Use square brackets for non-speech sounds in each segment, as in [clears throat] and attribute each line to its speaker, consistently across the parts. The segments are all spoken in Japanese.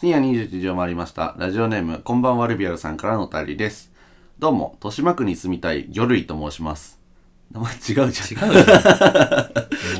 Speaker 1: 深夜21時を回りました。ラジオネーム、こんばんはルビアルさんからのお便りです。どうも、豊島区に住みたい魚類と申します。名前違うじゃん。
Speaker 2: 違
Speaker 1: [laughs]
Speaker 2: うよ。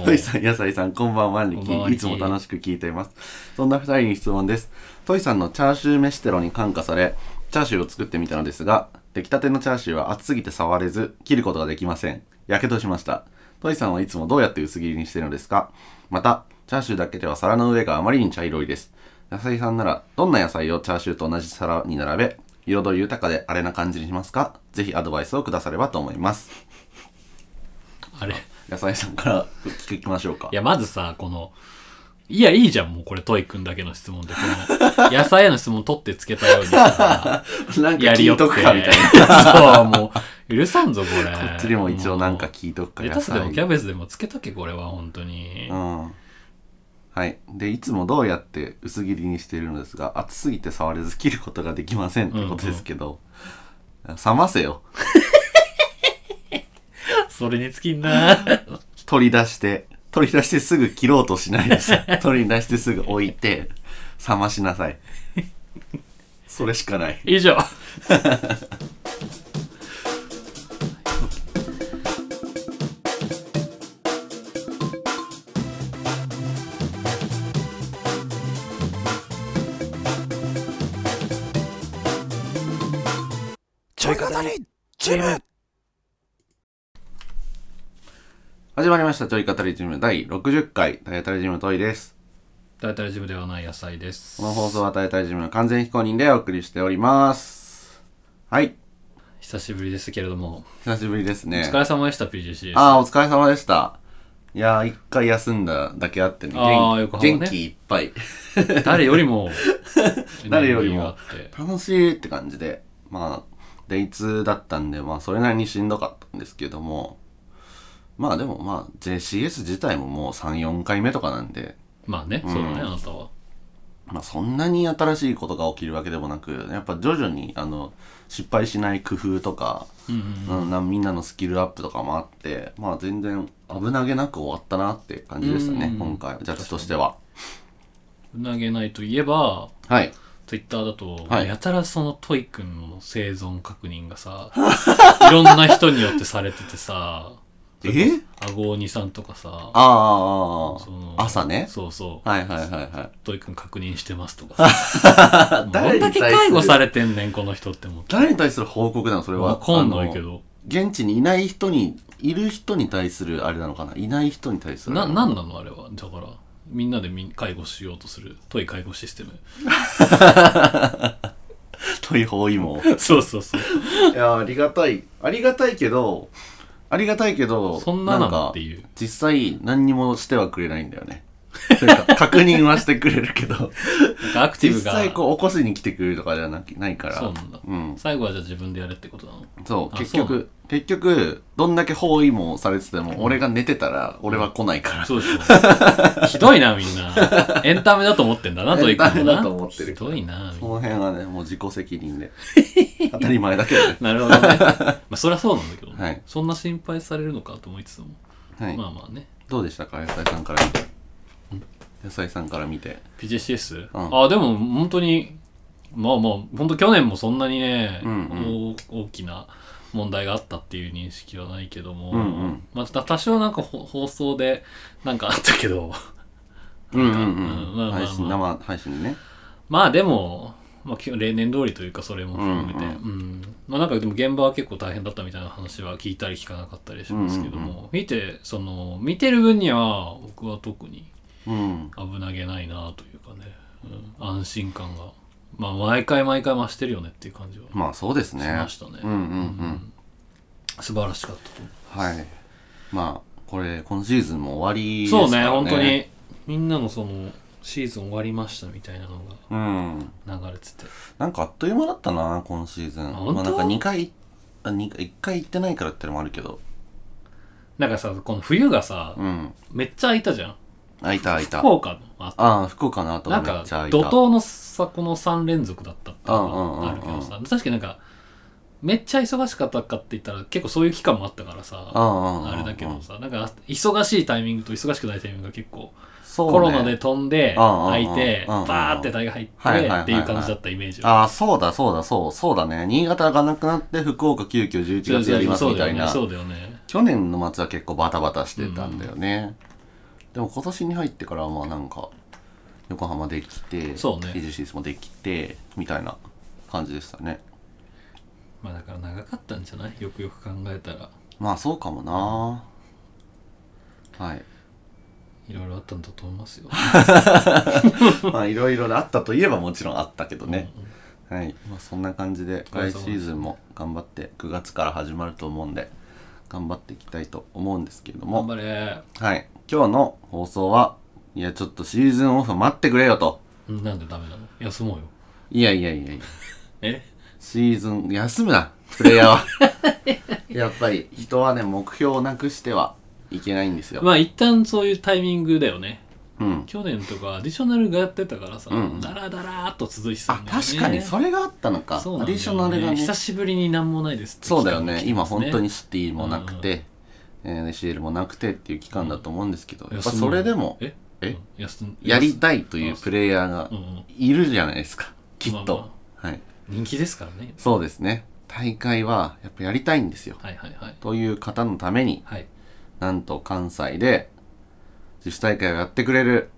Speaker 2: も
Speaker 1: ト
Speaker 2: う
Speaker 1: イさん、野菜さん、こんばんは、ニ
Speaker 2: こんばんは
Speaker 1: キ。いつも楽しく聞いています。そんな二人に質問です。トイさんのチャーシュー飯テロに感化され、チャーシューを作ってみたのですが、出来たてのチャーシューは熱すぎて触れず、切ることができません。やけどしました。トイさんはいつもどうやって薄切りにしてるのですかまた、チャーシューだけでは皿の上があまりに茶色いです。野菜さんなら、どんな野菜をチャーシューと同じ皿に並べ、彩り豊かであれな感じにしますかぜひアドバイスをくださればと思います。
Speaker 2: あれ。い
Speaker 1: 野菜さんから聞きましょうか。
Speaker 2: や、まずさ、この、いや、いいじゃん、もうこれ、トイ君だけの質問で、こ
Speaker 1: [laughs]
Speaker 2: の、野菜への質問取ってつけたようにさ、
Speaker 1: なんか
Speaker 2: や
Speaker 1: [laughs]
Speaker 2: り
Speaker 1: 聞
Speaker 2: よっ
Speaker 1: い
Speaker 2: て。
Speaker 1: とくかみたいな。
Speaker 2: そう、もう、許さんぞ、これ。
Speaker 1: こっちにも一応なんか聞いとくか
Speaker 2: レ
Speaker 1: ら
Speaker 2: タスでもキャベツでもつけとけ、これは、本当に
Speaker 1: う。ん。はい。で、いつもどうやって薄切りにしているのですが、熱すぎて触れず切ることができませんってことですけど、冷ませよ。
Speaker 2: それにつき
Speaker 1: [laughs]
Speaker 2: んな。
Speaker 1: 取り出して、取り出してすぐ切ろうとしないで
Speaker 2: [laughs]
Speaker 1: さ、取り出してすぐ置いて、冷ましなさい。それしかない。
Speaker 2: 以上。
Speaker 3: ちょい語りチーム
Speaker 1: 始まりました、ちょい語りジム第60回、タイタリジムトイです。
Speaker 2: タイタルジムではない野菜です。
Speaker 1: この放送はタイタリジムの完全非公認でお送りしております。はい。
Speaker 2: 久しぶりですけれども、
Speaker 1: 久しぶりですね。
Speaker 2: お疲れ様でした PGC です。
Speaker 1: ああ、お疲れ様でした。いやー、一回休んだだけあってね、
Speaker 2: あー
Speaker 1: 元
Speaker 2: 横
Speaker 1: 気
Speaker 2: 浜ね
Speaker 1: 元気いっぱい。
Speaker 2: 誰よりも
Speaker 1: [laughs] 誰よりも
Speaker 2: エネルギーがあって
Speaker 1: 楽しいって感じで、まあ、デイツだったんで、まあ、それなりにしんどかったんですけども、まあでもまあ、JCS 自体ももう3、4回目とかなんで、
Speaker 2: まあね、そうだねあなたは
Speaker 1: まあそんなに新しいことが起きるわけでもなく、やっぱ徐々に、あの、失敗しない工夫とか、うんなみんなのスキルアップとかもあって、まあ全然危なげなく終わったなって感じでしたね、
Speaker 2: うん
Speaker 1: 今回、ジャッジとしては。
Speaker 2: 投げないといえば
Speaker 1: はい。
Speaker 2: Twitter だと、
Speaker 1: はい
Speaker 2: やたらそのトイ君の生存確認がさ
Speaker 1: [laughs]
Speaker 2: いろんな人によってされててさ
Speaker 1: え
Speaker 2: アゴーニさんとかさ
Speaker 1: あ
Speaker 2: その
Speaker 1: あ、朝ね。
Speaker 2: そうそう、
Speaker 1: はいはいはいはい。
Speaker 2: トイ君確認してますと
Speaker 1: [laughs]
Speaker 2: かさどんだけ介護されてんねんこの人って思って
Speaker 1: 誰に対する報告なのそれは。
Speaker 2: わかんないけど
Speaker 1: あの。現地にいない人に、いる人に対するあれなのかないない人に対する。
Speaker 2: ななんなのあれはだからみんなでみん介護しようとするトイ介護システム [laughs]
Speaker 1: という包囲網。 [laughs] い
Speaker 2: そうそうそう
Speaker 1: や、ありがたい。ありがたいけど、ありがたいけど、
Speaker 2: そんななの
Speaker 1: か
Speaker 2: っていう
Speaker 1: 実際何にもしてはくれないんだよ
Speaker 2: [laughs]
Speaker 1: ね。というか確認はしてくれるけど、
Speaker 2: なんかアクティ
Speaker 1: 実
Speaker 2: ブが
Speaker 1: 際こう起こしに来てくれるとかじゃなきないから。
Speaker 2: そうなんだ
Speaker 1: うん。
Speaker 2: 最後はじゃあ自分でやれってことなの
Speaker 1: そう
Speaker 2: あ
Speaker 1: 結
Speaker 2: そう
Speaker 1: 局結局どんだけ包囲網されてても俺が寝てたら俺は来ないから、
Speaker 2: そうでしょひどいなみんなエンタメだと思ってんだなと
Speaker 1: エ
Speaker 2: いう
Speaker 1: ン
Speaker 2: か
Speaker 1: タメだと思ってる
Speaker 2: ひどいなみん
Speaker 1: そ
Speaker 2: な
Speaker 1: の辺はねもう自己責任
Speaker 2: [laughs]
Speaker 1: で当たり前だけどね
Speaker 2: なるほどね [laughs] まあそりゃそうなんだけど、ね
Speaker 1: はい
Speaker 2: そんな心配されるのかと思いつつも、
Speaker 1: はい、
Speaker 2: まあまあね
Speaker 1: どうでしたか野菜さんから見て野菜さんから見て
Speaker 2: PJCS、
Speaker 1: うん
Speaker 2: ああでも本当にまあまあ本当去年もそんなにね、
Speaker 1: うんう
Speaker 2: お大きな問題があったっていう認識はないけども、
Speaker 1: うんうん
Speaker 2: まあ、た多少なんかほ放送でなんかあったけど
Speaker 1: うんうん
Speaker 2: うんま
Speaker 1: うん
Speaker 2: あまあまあ
Speaker 1: 配信生配信ね
Speaker 2: まあでも、まあ、き例年通りというかそれも含め
Speaker 1: う
Speaker 2: て、うんん
Speaker 1: うん
Speaker 2: まあなんかでも現場は結構大変だったみたいな話は聞いたり聞かなかったりしますけども、
Speaker 1: うん
Speaker 2: 見てその見てる分には僕は特に
Speaker 1: うん
Speaker 2: 危なげないなというかね、うん安心感がまあ毎回毎回増してるよねっていう感じは
Speaker 1: まあそうですね
Speaker 2: しましたね
Speaker 1: うんうんうん
Speaker 2: 素晴らしかったと思う
Speaker 1: はいまあこれ今シーズンも終わりですか
Speaker 2: そ
Speaker 1: らね
Speaker 2: うね本当にみんなのそのシーズン終わりましたみたいなの
Speaker 1: うん
Speaker 2: が流れてて
Speaker 1: なんかあっという間だったな今シーズン
Speaker 2: 本当
Speaker 1: まあなんか2回あ二回1回行ってないからってのもあるけど
Speaker 2: なんかさこの冬がさ、
Speaker 1: うん
Speaker 2: めっちゃ空いたじゃん
Speaker 1: 開いた開いた
Speaker 2: 福岡のあ
Speaker 1: ああ福岡の後
Speaker 2: な
Speaker 1: が
Speaker 2: ん
Speaker 1: めっ
Speaker 2: か
Speaker 1: ちゃ開いた
Speaker 2: 怒涛のさこの3連続だったっていうの
Speaker 1: うんうんうんうん
Speaker 2: があるけどさ確かになんかめっちゃ忙しかったかって言ったら結構そういう期間もあったからさ
Speaker 1: ああああああ
Speaker 2: あれだけどさなんか忙しいタイミングと忙しくないタイミングが結構
Speaker 1: そうね
Speaker 2: コロナで飛んで、
Speaker 1: うんうんうん
Speaker 2: 開いて、
Speaker 1: うんうんうん
Speaker 2: バーって大が入って、
Speaker 1: はいはいはいはい
Speaker 2: っていう感じだったイメージ。
Speaker 1: ああ、そうだ、そうだ、そう、そうだね。新潟がなくなって、福岡急遽11月やります
Speaker 2: そう
Speaker 1: み
Speaker 2: だ
Speaker 1: た
Speaker 2: よ
Speaker 1: い
Speaker 2: ね。
Speaker 1: な。
Speaker 2: そうだよね。
Speaker 1: 去年の末は結構バタバタしてたんだよね。でも今年に入ってからはまあなんか、横浜できて、
Speaker 2: そうね
Speaker 1: AGCS もできて、みたいな感じでしたね。
Speaker 2: まあだから長かったんじゃないよくよく考えたら。
Speaker 1: まあそうかもな。はい。
Speaker 2: いろいろあったんだと思いますよ。
Speaker 1: [laughs] まあいろいろあったといえばもちろんあったけどね。はい。まあそんな感じで、
Speaker 2: お疲れ様
Speaker 1: 来
Speaker 2: で
Speaker 1: シ
Speaker 2: す
Speaker 1: ーズンも頑張って、9月から始まると思うんで、頑張っていきたいと思うんですけれども、
Speaker 2: 頑張れ。
Speaker 1: はい。今日の放送は、いやちょっとシーズンオフ待ってくれよと。
Speaker 2: んなんでダメなの休もうよ。
Speaker 1: いやいやいやいや。
Speaker 2: え
Speaker 1: シーズン、休むな、プレイヤー
Speaker 2: [laughs]
Speaker 1: は。やっぱり人はね、目標をなくしてはいけないんですよ。
Speaker 2: まあ一旦そういうタイミングだよね。
Speaker 1: うん。
Speaker 2: 去年とかアディショナルがやってたからさ、
Speaker 1: うん
Speaker 2: ダラダラーっと続いてた
Speaker 1: あ
Speaker 2: ん、だよね。
Speaker 1: 確かにそれがあったのか。
Speaker 2: そう
Speaker 1: ア
Speaker 2: なんだよね
Speaker 1: ディショナルがね。
Speaker 2: 久しぶりになんもないですって
Speaker 1: そうだよ
Speaker 2: 期
Speaker 1: ね今
Speaker 2: 間が来てます
Speaker 1: 本当にシティもなくて、えー CL もなくてっていう期間だと思うんですけど、やっぱ
Speaker 2: 休む
Speaker 1: それでも
Speaker 2: え
Speaker 1: え
Speaker 2: うん休ん
Speaker 1: やりたいというプレイヤーが
Speaker 2: うんうん
Speaker 1: いるじゃないですかきっ
Speaker 2: まあ
Speaker 1: と
Speaker 2: ま
Speaker 1: はい
Speaker 2: 人気ですからね
Speaker 1: そうですね大会はやっぱやりたいんですよ
Speaker 2: はいはいはい
Speaker 1: という方のために [laughs]
Speaker 2: はい
Speaker 1: なんと関西で自主大会をやってくれる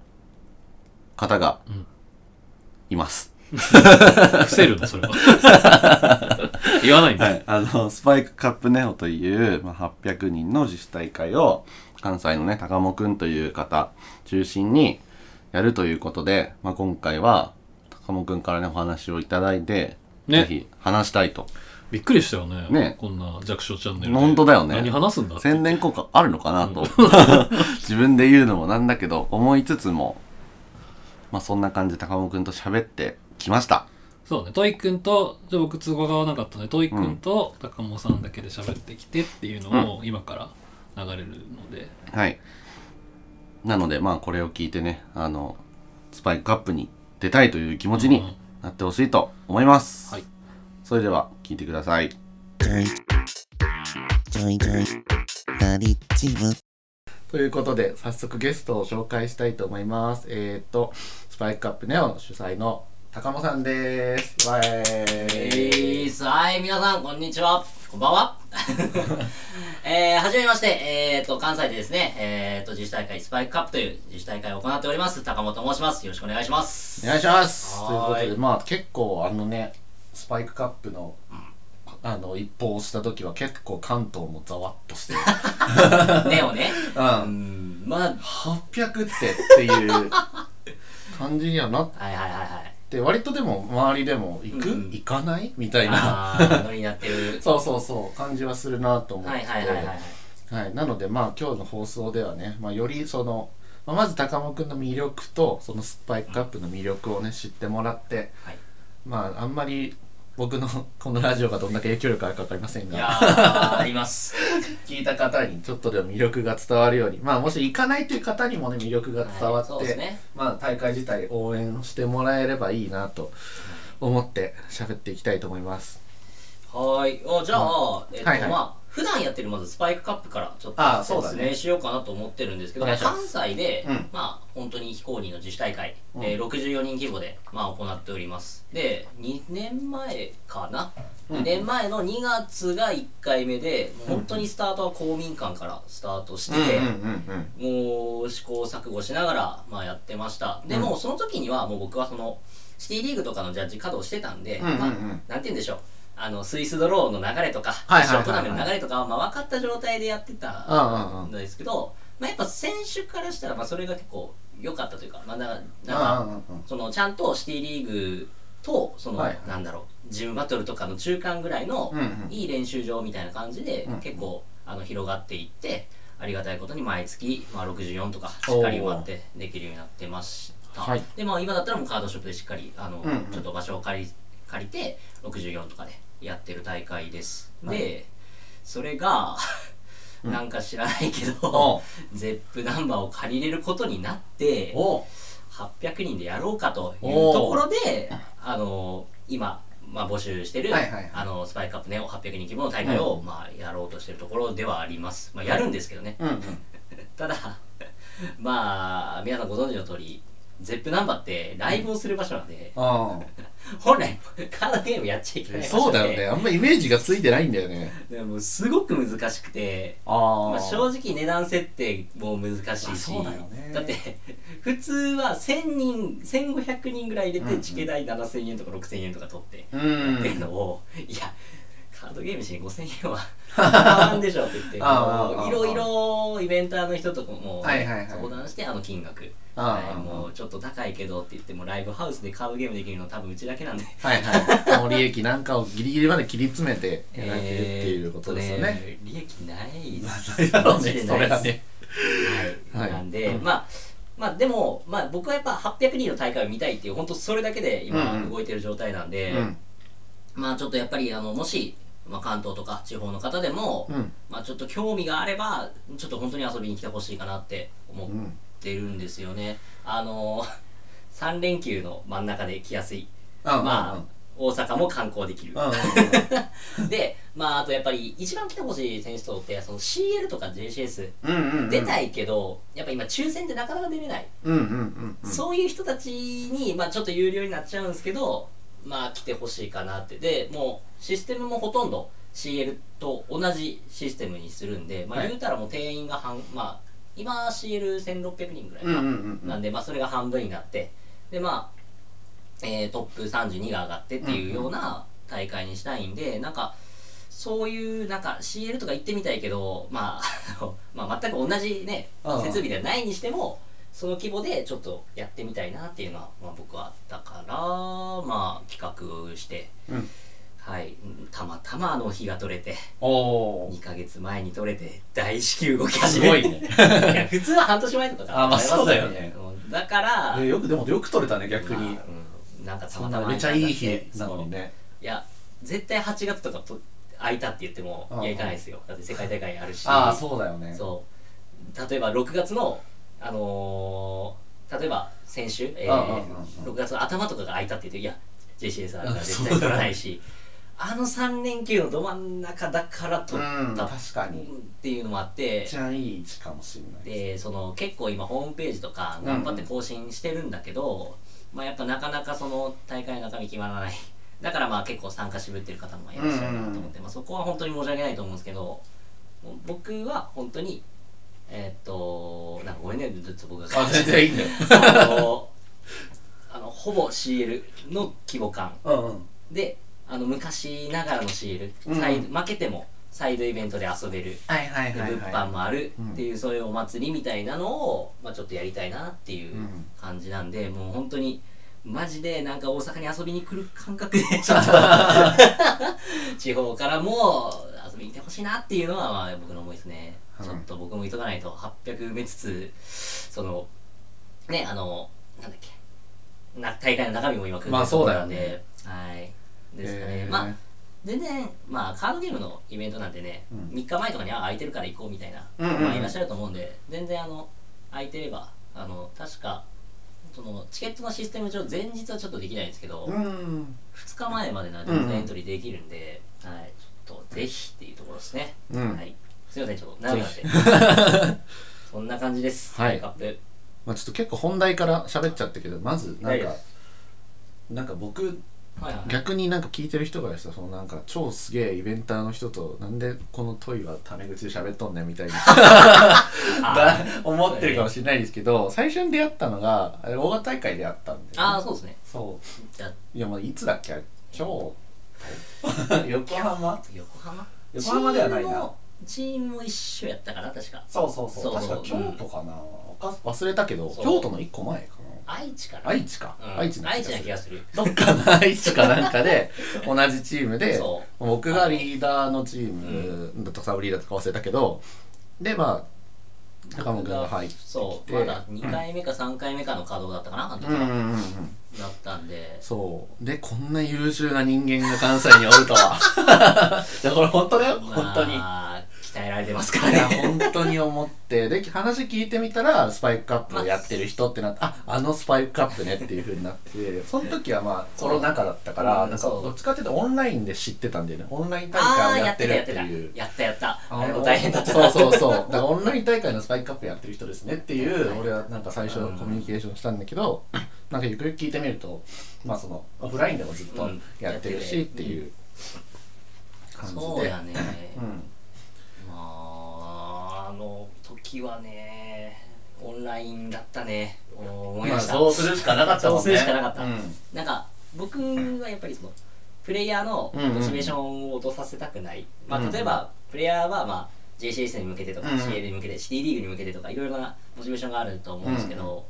Speaker 1: 方が
Speaker 2: うん
Speaker 1: います、
Speaker 2: 伏せるのそれは
Speaker 1: [laughs]
Speaker 2: 言わないんだ、
Speaker 1: はいあのスパイクカップネオという、まあ、800人の自主大会を関西のね高茂くんという方中心にやるということで、まあ、今回は高茂くんからねお話をいただいて、
Speaker 2: ね
Speaker 1: ぜひ話したいと
Speaker 2: びっくりしたよね
Speaker 1: ね
Speaker 2: こんな弱小チャンネルで
Speaker 1: 本当だよね
Speaker 2: 何話すんだって
Speaker 1: 宣伝効果あるのかなと、自分で言うのもなんだけど思いつつも、まあ、そんな感じで高茂くんと喋ってきました
Speaker 2: そうねトイくんとじゃあ僕都合が合わなかったのでトイくんと高茂さんだけで喋ってきてっていうのを今から流れるので、
Speaker 1: はい。なので、まあ、これを聞いてね、あの、スパイクカップに出たいという気持ち
Speaker 2: うんう
Speaker 1: に
Speaker 2: ん
Speaker 1: なってほしいと思います。
Speaker 2: はい。
Speaker 1: それでは、聞いてください。
Speaker 3: ラリチーム
Speaker 1: ということで、早速ゲストを紹介したいと思います。えっ、と、スパイクカップネオン主催の高野さんです。わ
Speaker 4: え
Speaker 1: ー
Speaker 4: ーすはい、皆さん、こんにちは。こんば
Speaker 1: [laughs]
Speaker 4: んは。えー、はじめまして、えーと、関西でですね、えーと、自主大会スパイクカップという自主大会を行っております、高本と申します。よろしくお願いします。
Speaker 1: [laughs] お願いします。という
Speaker 4: は
Speaker 1: こ
Speaker 4: ーい
Speaker 1: とで、まあ、結構、あのね、スパイクカップの、あの、一報をした時は結構関東もざわっとしてる。
Speaker 4: ネオね。
Speaker 1: うん
Speaker 4: う。ん、まあ、
Speaker 1: 800ってっていう感じにはなっ
Speaker 4: はいはいはい
Speaker 1: [laughs]
Speaker 4: はい。
Speaker 1: て割とでも周りでも行く、
Speaker 4: うん
Speaker 1: 行かないみたいな
Speaker 4: あー、ノリになってる。
Speaker 1: そうそうそう感じはするなと思っ
Speaker 4: は
Speaker 1: て
Speaker 4: いはいは
Speaker 1: [laughs]
Speaker 4: いはいはい。
Speaker 1: はいなのでまあ今日の放送ではね、まあ、よりその、まあ、まず高間くんの魅力とそのスパイクカップの魅力をね知ってもらって
Speaker 4: はい
Speaker 1: まああんまり僕の [laughs] このラジオがどんだけ影響力あるか分かりません
Speaker 4: いや
Speaker 1: が
Speaker 4: ー、あります。
Speaker 1: 聞いた方にちょっとでも魅力が伝わるようにまあもし行かないという方にもね魅力が伝わって、
Speaker 4: はいそうですね。
Speaker 1: まあ、大会自体応援してもらえればいいなと思って喋っていきたいと思います。
Speaker 4: はーい。おじゃあ、えっと、
Speaker 1: はいはい
Speaker 4: まあ、普段やってるまずスパイクカップからちょっ
Speaker 1: あー
Speaker 4: と
Speaker 1: そうだ
Speaker 4: 説
Speaker 1: ね
Speaker 4: 明しようかなと思ってるんですけど、
Speaker 1: お願いしま
Speaker 4: 関
Speaker 1: す
Speaker 4: 西で、
Speaker 1: うん
Speaker 4: まあ、本当に非公認の自主大会、えー64人規模で、まあ、行っております。で、2年前かな、
Speaker 1: うん
Speaker 4: ?2 年前の2月が1回目で、もう本当にスタートは公民館からスタートして、
Speaker 1: うん
Speaker 4: もう試行錯誤しながら、まあ、やってましたでもうその時にはもう僕はそのシティリーグとかのジャッジ稼働してたんで、
Speaker 1: うんうんうん
Speaker 4: まあ、なんて言うんでしょうあのスイスドローの流れとか、
Speaker 1: はいはいはいはい
Speaker 4: 決勝トーナメントの流れとかは、まあ、分かった状態でやってた
Speaker 1: あ
Speaker 4: んですけど、まあ、やっぱ選手からしたら、まあ、それが結構良かったというか、まあ、ななん
Speaker 1: あ
Speaker 4: か
Speaker 1: ああ
Speaker 4: そのちゃんとシティリーグとその、
Speaker 1: はいはい
Speaker 4: なんだろうジムバトルとかの中間ぐらいの、
Speaker 1: うんうん
Speaker 4: いい練習場みたいな感じで、
Speaker 1: うん
Speaker 4: 結構あの広がっていってありがたいことに毎月、まあ、64とかしっかり埋まってできるようになってました、
Speaker 1: はい
Speaker 4: でまあ今だったらもうカードショップでしっかりあの、
Speaker 1: うんうん
Speaker 4: ちょっと場所を借り借りて64とかでやってる大会です、
Speaker 1: はい
Speaker 4: でそれが
Speaker 1: うん
Speaker 4: なんか知らないけ
Speaker 1: お
Speaker 4: ど、 [laughs] ゼップナンバーを借りれることになって
Speaker 1: お
Speaker 4: 800人でやろうかという
Speaker 1: おー
Speaker 4: ところで、あの今、まあ、募集してる、
Speaker 1: はいはいはい
Speaker 4: あのスパイクカップネオ800人規模の大会を、まあ、やろうとしてるところではあります、まあ、やるんですけどね、
Speaker 1: うんうん
Speaker 4: [laughs] ただ [laughs] まあ、皆さんご存知の通り、ゼップナンバーってライブをする場所なんで、
Speaker 5: あ
Speaker 4: 本来、カードゲームやっちゃいけない
Speaker 5: あ
Speaker 4: 場
Speaker 5: そ
Speaker 4: 所
Speaker 5: う
Speaker 4: で
Speaker 5: だよね。あんまイメージがついてないんだよね
Speaker 4: でもすごく難しくて、
Speaker 5: あ
Speaker 4: まあ、正直値段設定も難しいし、
Speaker 5: まあそうだよね
Speaker 4: だって普通は1000人1500人ぐらい入れてチケ代7000円とか6000円とか取って
Speaker 5: う
Speaker 4: やってる
Speaker 5: ん
Speaker 4: のを、いやカードゲームしに5000円は変わんでしょって言って
Speaker 5: ああ
Speaker 4: もういろいろイベンターの人とかも
Speaker 5: はいはいはい
Speaker 4: 相談してあの金額、
Speaker 5: あ
Speaker 4: は
Speaker 5: あ
Speaker 4: いもうちょっと高いけどって言ってもライブハウスでカードゲームできるの多分うちだけなんで
Speaker 5: はいはいこの利益なんかをギリギリまで切り詰めてやられてるっていうことですよね、
Speaker 4: えーっとね利益ない
Speaker 5: ないだろう
Speaker 4: マジ [laughs]
Speaker 5: ね
Speaker 4: で
Speaker 5: そ
Speaker 4: ない
Speaker 5: れ
Speaker 4: で
Speaker 5: は
Speaker 4: す
Speaker 5: ね
Speaker 4: は、
Speaker 5: はいい
Speaker 4: なんで、
Speaker 5: うん
Speaker 4: まあまあでも、まあ、僕はやっぱ800人の大会を見たいっていう本当それだけで
Speaker 5: う
Speaker 4: 今
Speaker 5: んうん
Speaker 4: 動いてる状態なん
Speaker 5: う
Speaker 4: で、
Speaker 5: ん
Speaker 4: まあちょっとやっぱりあのもし、まあ、関東とか地方の方でも、
Speaker 5: うん
Speaker 4: まあちょっと興味があればちょっと本当に遊びに来てほしいかなって思ってるんですよね。あの [laughs] 3連休の真ん中で来やすい、まあ大阪も観光できる、
Speaker 5: あ
Speaker 4: でまああとやっぱり一番来てほしい選手とってその CL とか JCS
Speaker 5: うんうんうん
Speaker 4: 出たいけど、やっぱ今抽選でなかなか出れない、
Speaker 5: うんうんうんうん
Speaker 4: そういう人たちに、まあ、ちょっと有料になっちゃうんですけどまあ来てほしいかなってでもうシステムもほとんど CL と同じシステムにするんで、まあ、
Speaker 5: はい
Speaker 4: 言うたらもう定員が半、まあ今 CL1600 人ぐらいか
Speaker 5: うん
Speaker 4: な、
Speaker 5: うんうんうん
Speaker 4: なんで、まあ、それが半分になってでまあ、えートップ32が上がってっていうような大会にしたいんで、なんかそういうなんか CL とか行ってみたいけど、まあ、あのまあ全く同じね
Speaker 5: ああ
Speaker 4: 設備ではないにしてもその規模でちょっとやってみたいなっていうのは、まあ、僕はあったからまあ企画して、
Speaker 5: うん
Speaker 4: はいたまたまあの日が取れて
Speaker 5: おお
Speaker 4: 2ヶ月前に取れて大至急動き始
Speaker 5: す
Speaker 4: め
Speaker 5: ご
Speaker 4: て
Speaker 5: いね
Speaker 4: いや普通は半年前とかから
Speaker 5: あまあそうだよね
Speaker 4: うんだから、
Speaker 5: えよくでもよく取れたね逆に
Speaker 4: まあうんなんかた
Speaker 5: そ
Speaker 4: ま
Speaker 5: ん
Speaker 4: た
Speaker 5: な
Speaker 4: ま
Speaker 5: めちゃいい日なのに
Speaker 4: そう
Speaker 5: ね
Speaker 4: いや絶対8月とかと空いたって言っても
Speaker 5: ああ
Speaker 4: いや行かないですよだって世界大会あるし
Speaker 5: ああそうだよね
Speaker 4: そう例えば6月のあのー例えば先週、えー
Speaker 5: ああああああ
Speaker 4: 6月の頭とかが空いたって言っていや JCS あるから
Speaker 5: あ
Speaker 4: 絶
Speaker 5: そうだ
Speaker 4: 対取らないしあの3連休のど真ん中だから取
Speaker 5: うん
Speaker 4: ったっ
Speaker 5: 確かに
Speaker 4: ていうのもあって、
Speaker 5: めっちゃいい日かもしれない
Speaker 4: でその結構今ホームページとか頑張って更新してるんだけど、まあ、やっぱなかなかその大会の中身決まらないだからまあ結構参加しぶってる方もいらっしゃるなと思って、
Speaker 5: うんうん
Speaker 4: まあ、そこは本当に申し訳ないと思うんですけどもう僕は本当にえーっとなんかごめんねずっと僕が
Speaker 5: あ全然いいんだよ
Speaker 4: あのあのほぼ CL の規模感
Speaker 5: うんうん
Speaker 4: であの昔ながらの CL、
Speaker 5: うん
Speaker 4: サイド負けてもサイドイベントで遊べる
Speaker 5: はいはい
Speaker 4: で
Speaker 5: はい
Speaker 4: 物販
Speaker 5: は
Speaker 4: もあるっていうそういうお祭りみたいなのを、まあ、ちょっとやりたいなっていう
Speaker 5: うん
Speaker 4: 感じなんで、もう本当にマジでなんか大阪に遊びに来る感覚で
Speaker 5: [laughs]
Speaker 4: ちょっと地方からも遊びに来てほしいなっていうのは、まあ、僕の思いですね、
Speaker 5: うん
Speaker 4: ちょっと僕も急がないと800埋めつつそのねあのなんだっけな大会の中身も今来る
Speaker 5: まあそうだよ
Speaker 4: ん
Speaker 5: ね
Speaker 4: で、はい
Speaker 5: い
Speaker 4: ですかね、まあ全然まあカードゲームのイベントなんてね、
Speaker 5: うん
Speaker 4: 3日前とかには空いてるから行こうみたいな、
Speaker 5: うんうんうん
Speaker 4: まあ、いらっしゃると思うんで全然あの空いてればあの確かそのチケットのシステム上前日はちょっとできないんですけど、
Speaker 5: うん
Speaker 4: 2日前までなんで
Speaker 5: うんうん
Speaker 4: 全然エントリーできるんで、はい、ちょっとぜひっていうところですね、
Speaker 5: うん
Speaker 4: はい、すいませんちょっと長くなって
Speaker 5: [laughs]
Speaker 4: そんな感じです、
Speaker 5: はい
Speaker 4: カップ
Speaker 5: まあちょっと結構本題から喋っちゃったけどまずなん
Speaker 4: 大丈夫
Speaker 5: か
Speaker 4: で
Speaker 5: なんか僕
Speaker 4: はいはいはい
Speaker 5: 逆になんか聞いてる人からしたらそのなんか超すげえイベンターの人となんでこのトイはタメ口で喋っとんねんみ [laughs] たいなだ [laughs] 思ってるかもしれないですけど最初に出会ったのがあれ大型大会であったんで、
Speaker 4: ああそうですね
Speaker 5: そう
Speaker 4: じゃあ
Speaker 5: いやもういつだっけあれ今日 [laughs] 横浜
Speaker 4: 横浜
Speaker 5: 横浜ではないな
Speaker 4: チームもチームも一緒やったかな確か
Speaker 5: そうそうそう
Speaker 4: そうそう
Speaker 5: 確か京都かな、わか忘れたけど
Speaker 4: そう
Speaker 5: 京都の一個前かな
Speaker 4: 愛知かな
Speaker 5: 愛知か、
Speaker 4: うん
Speaker 5: 愛知の
Speaker 4: 愛知な気がす
Speaker 5: [laughs]
Speaker 4: る
Speaker 5: どっかの愛知かなんか
Speaker 4: [laughs]
Speaker 5: で同じチームで
Speaker 4: そ
Speaker 5: 僕がリーダーのチームだとかサブリーダーとか忘れたけどでまあ高本君が入ってきて
Speaker 4: そうまだ2回目か3回目かの稼働だったかなあの時
Speaker 5: うんうん
Speaker 4: は
Speaker 5: うんうん
Speaker 4: だったんで
Speaker 5: そうでこんな優秀な人間が関西におるとは [laughs] いやこれ本当だよ [laughs] 本当にい
Speaker 4: まあ鍛えられてますから
Speaker 5: や
Speaker 4: ね
Speaker 5: 本当に思ってで話聞いてみたらスパイクカップをやってる人ってなってああのスパイクカップねっていうふうになってその時はまあコロナ禍だったから
Speaker 4: うん
Speaker 5: なんか
Speaker 4: そう
Speaker 5: どっちかっていうとオンラインで知ってたんだよねオンライン大
Speaker 4: ああ
Speaker 5: 会を
Speaker 4: ー
Speaker 5: や
Speaker 4: や
Speaker 5: っ
Speaker 4: ってて
Speaker 5: る
Speaker 4: た
Speaker 5: っ
Speaker 4: やっててた
Speaker 5: いう
Speaker 4: やったやったあの大変だった
Speaker 5: そうそうそうだからオンライン大会のスパイクカップやってる人ですねっていう俺はなんか最初コミュニケーションしたんだけど、なんかゆくゆく聞いてみるとまあそのオフラインでもずっとやってるしっていう感じで、
Speaker 4: そうやね、
Speaker 5: うん
Speaker 4: まああの時はねオンラインだったね思いま
Speaker 5: まあ
Speaker 4: した、
Speaker 5: そうするしかなかったもんね
Speaker 4: そうするしかなかった
Speaker 5: うん
Speaker 4: なんか僕はやっぱりそのプレイヤーの
Speaker 5: うんうん
Speaker 4: モチベーションを落とさせたくない、ま
Speaker 5: うんう
Speaker 4: あ、
Speaker 5: ん
Speaker 4: 例えばプレイヤーは、まあ、JCS に向けてとか
Speaker 5: うんうん
Speaker 4: CL に向けてシティリーグに向けてとかいろいろなモチベーションがあると思うんですけど、